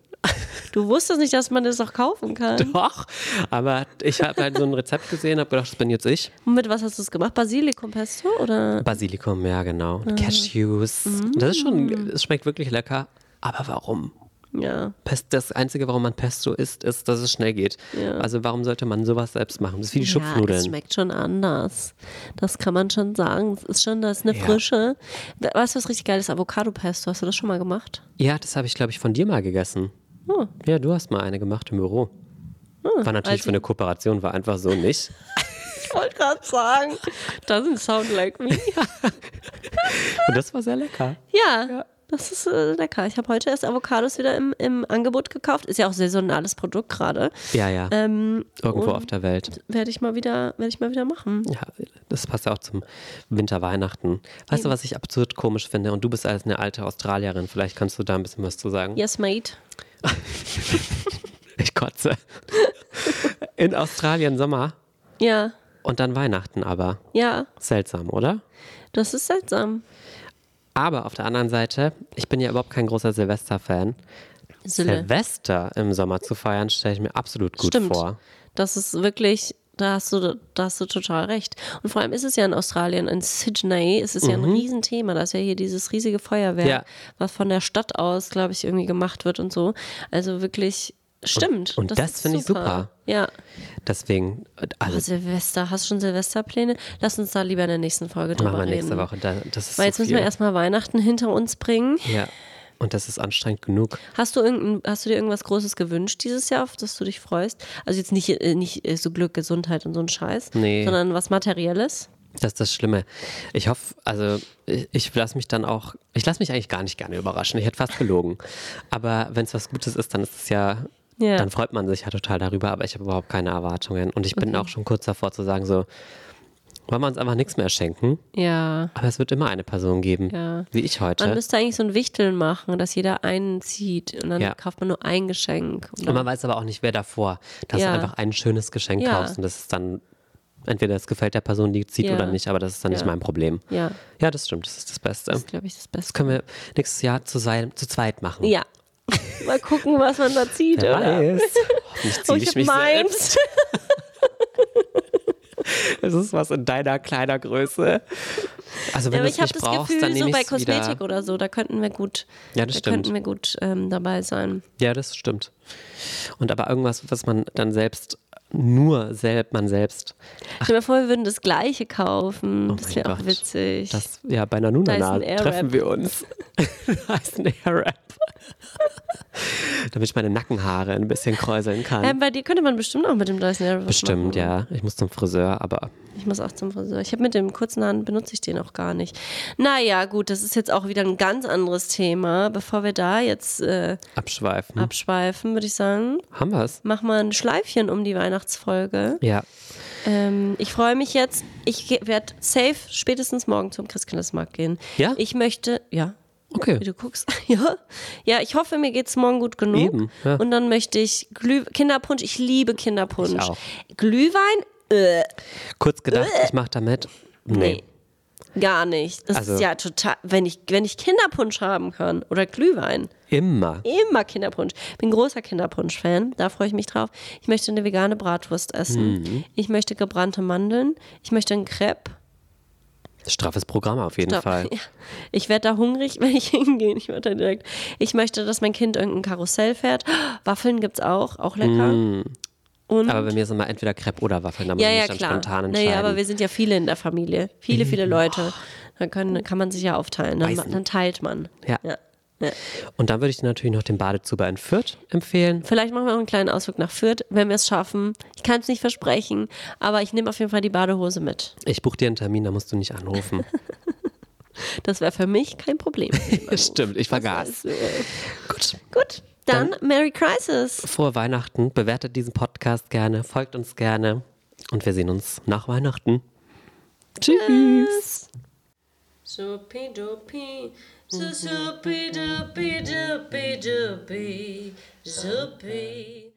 Speaker 1: Du wusstest nicht, dass man das noch kaufen kann.
Speaker 2: Doch, aber ich habe halt so ein Rezept gesehen, habe gedacht, das bin jetzt ich.
Speaker 1: Und mit was hast du es gemacht? Basilikumpesto oder?
Speaker 2: Basilikum, ja genau.
Speaker 1: Ah.
Speaker 2: Und Cashews.
Speaker 1: Mhm.
Speaker 2: Das ist schon, es schmeckt wirklich lecker. Aber warum?
Speaker 1: Ja.
Speaker 2: Pest- Das Einzige, warum man Pesto isst, ist, dass es schnell geht. Also warum sollte man sowas selbst machen? Das ist wie die
Speaker 1: Ja, es
Speaker 2: Schupfnudeln.
Speaker 1: schmeckt schon anders. Das kann man schon sagen. Es ist schon, das ist eine
Speaker 2: Ja.
Speaker 1: Frische. We- Weißt du, was richtig geiles Avocado-Pesto? Hast du das schon mal gemacht?
Speaker 2: Ja, das habe ich, glaube ich, von dir mal gegessen. Ja, du hast mal eine gemacht im Büro. War natürlich
Speaker 1: Oh. also-
Speaker 2: für eine Kooperation, war einfach so nicht.
Speaker 1: Ich wollte gerade sagen, doesn't sound like me.
Speaker 2: Und das war sehr lecker.
Speaker 1: Ja, das ist äh, lecker. Ich habe heute erst Avocados wieder im, im Angebot gekauft. Ist ja auch saisonales Produkt gerade.
Speaker 2: Ja, ja.
Speaker 1: Ähm,
Speaker 2: Irgendwo
Speaker 1: und-
Speaker 2: auf der Welt.
Speaker 1: Werde ich mal wieder, werde ich mal wieder machen.
Speaker 2: Ja, das passt ja auch zum Winter, Weihnachten. Weißt du, was ich absurd komisch finde? Und du bist als eine alte Australierin, vielleicht kannst du da ein bisschen was zu sagen.
Speaker 1: Yes, mate.
Speaker 2: Ich kotze. In Australien Sommer
Speaker 1: Ja,
Speaker 2: und dann Weihnachten aber.
Speaker 1: ja.
Speaker 2: Seltsam, oder?
Speaker 1: Das ist seltsam.
Speaker 2: Aber auf der anderen Seite, ich bin ja überhaupt kein großer Silvester-Fan.
Speaker 1: Sille.
Speaker 2: Silvester im Sommer zu feiern, stelle ich mir absolut gut
Speaker 1: Stimmt.
Speaker 2: vor.
Speaker 1: Das ist wirklich Da hast, du, da hast du total recht. Und vor allem ist es ja in Australien, in Sydney, ist es ja ein Riesenthema. Da ist ja hier dieses riesige Feuerwerk,
Speaker 2: Mhm. Ja.
Speaker 1: was von der Stadt aus, glaube ich, irgendwie gemacht wird und so. Also wirklich, stimmt.
Speaker 2: und das
Speaker 1: ist
Speaker 2: finde ich super.
Speaker 1: Ja.
Speaker 2: Deswegen,
Speaker 1: Oh,
Speaker 2: also
Speaker 1: Silvester, hast du schon Silvesterpläne? Lass uns da lieber in der nächsten Folge drüber
Speaker 2: machen wir
Speaker 1: reden.
Speaker 2: nächste Woche. Da, das ist
Speaker 1: Weil
Speaker 2: so
Speaker 1: jetzt müssen
Speaker 2: viel.
Speaker 1: wir erstmal Weihnachten hinter uns bringen.
Speaker 2: Ja. Und das ist anstrengend genug.
Speaker 1: Hast du, irgendein, hast du dir irgendwas Großes gewünscht dieses Jahr, auf das du dich freust? Also jetzt nicht, äh, nicht äh, so Glück, Gesundheit und so ein Scheiß,
Speaker 2: Nee.
Speaker 1: sondern was Materielles?
Speaker 2: Das ist das Schlimme. Ich hoffe, also ich, ich lasse mich dann auch, ich lasse mich eigentlich gar nicht gerne überraschen. Ich hätte fast gelogen. Aber wenn es was Gutes ist, dann ist es ja,
Speaker 1: Ja.
Speaker 2: dann freut man sich ja total darüber. Aber ich habe überhaupt keine Erwartungen. Und ich bin auch schon kurz davor zu sagen, so, wollen wir uns einfach nichts mehr schenken?
Speaker 1: Ja.
Speaker 2: Aber es wird immer eine Person geben,
Speaker 1: Ja.
Speaker 2: wie ich
Speaker 1: Man
Speaker 2: heute.
Speaker 1: müsste eigentlich so ein Wichteln machen, dass jeder einen zieht und dann
Speaker 2: Ja.
Speaker 1: kauft man nur ein Geschenk. Und
Speaker 2: Und
Speaker 1: dann-
Speaker 2: man weiß aber auch nicht, wer davor. Dass
Speaker 1: Ja.
Speaker 2: du einfach ein schönes Geschenk
Speaker 1: Ja.
Speaker 2: kaufst und das ist dann, entweder es gefällt der Person, die zieht
Speaker 1: Ja.
Speaker 2: oder nicht, aber das ist dann
Speaker 1: Ja.
Speaker 2: nicht mein Problem.
Speaker 1: ja,
Speaker 2: Ja, das stimmt, das ist das Beste.
Speaker 1: das ist, glaube ich, das
Speaker 2: Das
Speaker 1: Beste.
Speaker 2: können wir nächstes Jahr zu, sein, zu zweit machen.
Speaker 1: Ja. Mal gucken, was man da zieht,
Speaker 2: Wer
Speaker 1: oder?
Speaker 2: weiß. Hoffentlich
Speaker 1: Oh,
Speaker 2: ziehe ich
Speaker 1: hab
Speaker 2: mich
Speaker 1: meins.
Speaker 2: selbst. Es ist was in deiner kleiner Größe. Also
Speaker 1: Ja,
Speaker 2: wenn du
Speaker 1: aber
Speaker 2: es
Speaker 1: ich habe
Speaker 2: nicht
Speaker 1: das
Speaker 2: brauchst,
Speaker 1: Gefühl,
Speaker 2: dann
Speaker 1: so
Speaker 2: nehme
Speaker 1: bei
Speaker 2: ich es
Speaker 1: Kosmetik
Speaker 2: wieder.
Speaker 1: oder so, da könnten wir gut,
Speaker 2: Ja, das
Speaker 1: da
Speaker 2: stimmt.
Speaker 1: könnten wir gut ähm, dabei sein.
Speaker 2: Ja, das stimmt. Und aber irgendwas, was man dann selbst, nur selbst, man selbst,
Speaker 1: Stell dir mal vor, wir würden das Gleiche kaufen.
Speaker 2: Oh
Speaker 1: das
Speaker 2: mein
Speaker 1: wäre auch
Speaker 2: Gott.
Speaker 1: witzig.
Speaker 2: das, ja, bei einer Nunana
Speaker 1: Dyson Airwrap.
Speaker 2: treffen wir uns. Dyson Airwrap. Damit ich meine Nackenhaare ein bisschen kräuseln kann.
Speaker 1: ähm, bei dir könnte man bestimmt auch mit dem Dyson Airwrap
Speaker 2: Bestimmt,
Speaker 1: machen.
Speaker 2: ja. Ich muss zum Friseur, aber
Speaker 1: Ich muss auch zum Friseur. Ich habe mit dem kurzen Haaren benutze ich den auch gar nicht. Naja, gut, das ist jetzt auch wieder ein ganz anderes Thema. Bevor wir da jetzt äh,
Speaker 2: abschweifen.
Speaker 1: abschweifen, würde ich sagen,
Speaker 2: Haben wir es?
Speaker 1: mach mal ein Schleifchen um die Weihnachtsfolge.
Speaker 2: Ja.
Speaker 1: Ähm, ich freue mich jetzt. Ich werde safe spätestens morgen zum Christkindlesmarkt gehen.
Speaker 2: Ja?
Speaker 1: Ich möchte, ja,
Speaker 2: Okay.
Speaker 1: Wie du guckst. Ja, ja ich hoffe, mir geht's morgen gut genug.
Speaker 2: Eben, ja.
Speaker 1: Und dann möchte ich Glüh Kinderpunsch. Ich liebe Kinderpunsch.
Speaker 2: Ich auch.
Speaker 1: Glühwein? Äh,
Speaker 2: Kurz gedacht, ich mache damit.
Speaker 1: nee.
Speaker 2: Nee.
Speaker 1: Gar nicht. Das
Speaker 2: Also-
Speaker 1: ist ja total. Wenn ich, wenn ich Kinderpunsch haben kann oder Glühwein,
Speaker 2: Immer.
Speaker 1: immer Kinderpunsch. Bin großer Kinderpunsch-Fan, da freue ich mich drauf. Ich möchte eine vegane Bratwurst essen.
Speaker 2: Mhm.
Speaker 1: Ich möchte gebrannte Mandeln. Ich möchte ein Crepe.
Speaker 2: Straffes Programm auf jeden
Speaker 1: E- Stopp.
Speaker 2: Fall.
Speaker 1: Ja. Ich werde da hungrig, wenn ich hingehe. Ich werde da direkt. Ich möchte, dass mein Kind irgendein Karussell fährt. Waffeln gibt's auch, auch lecker. Und
Speaker 2: Aber bei mir sind mal entweder Crepe oder Waffeln, da Mm, also muss
Speaker 1: ja, ja,
Speaker 2: ich mich dann
Speaker 1: klar.
Speaker 2: spontan entscheiden. Mm. Oh.
Speaker 1: Naja, aber wir sind ja viele in der Familie. Viele, viele Leute. Da können, kann man sich ja aufteilen. Dann,
Speaker 2: Beißen.
Speaker 1: dann teilt man.
Speaker 2: Ja.
Speaker 1: ja. Ja.
Speaker 2: Und dann würde ich dir natürlich noch den Badezuber in Fürth empfehlen.
Speaker 1: Vielleicht machen wir auch einen kleinen Ausflug nach Fürth, wenn wir es schaffen. Ich kann es nicht versprechen, aber ich nehme auf jeden Fall die Badehose mit.
Speaker 2: Ich buche dir einen Termin, da musst du nicht anrufen.
Speaker 1: Das wäre für mich kein Problem.
Speaker 2: Stimmt, ich vergaß.
Speaker 1: Also,
Speaker 2: Gut.
Speaker 1: gut, dann, Merry Crisis.
Speaker 2: Frohe Weihnachten. Bewertet diesen Podcast gerne, folgt uns gerne. Und wir sehen uns nach Weihnachten. Tschüss.
Speaker 1: Soupy doopy, so soupy doopy doopy doopy, soupy.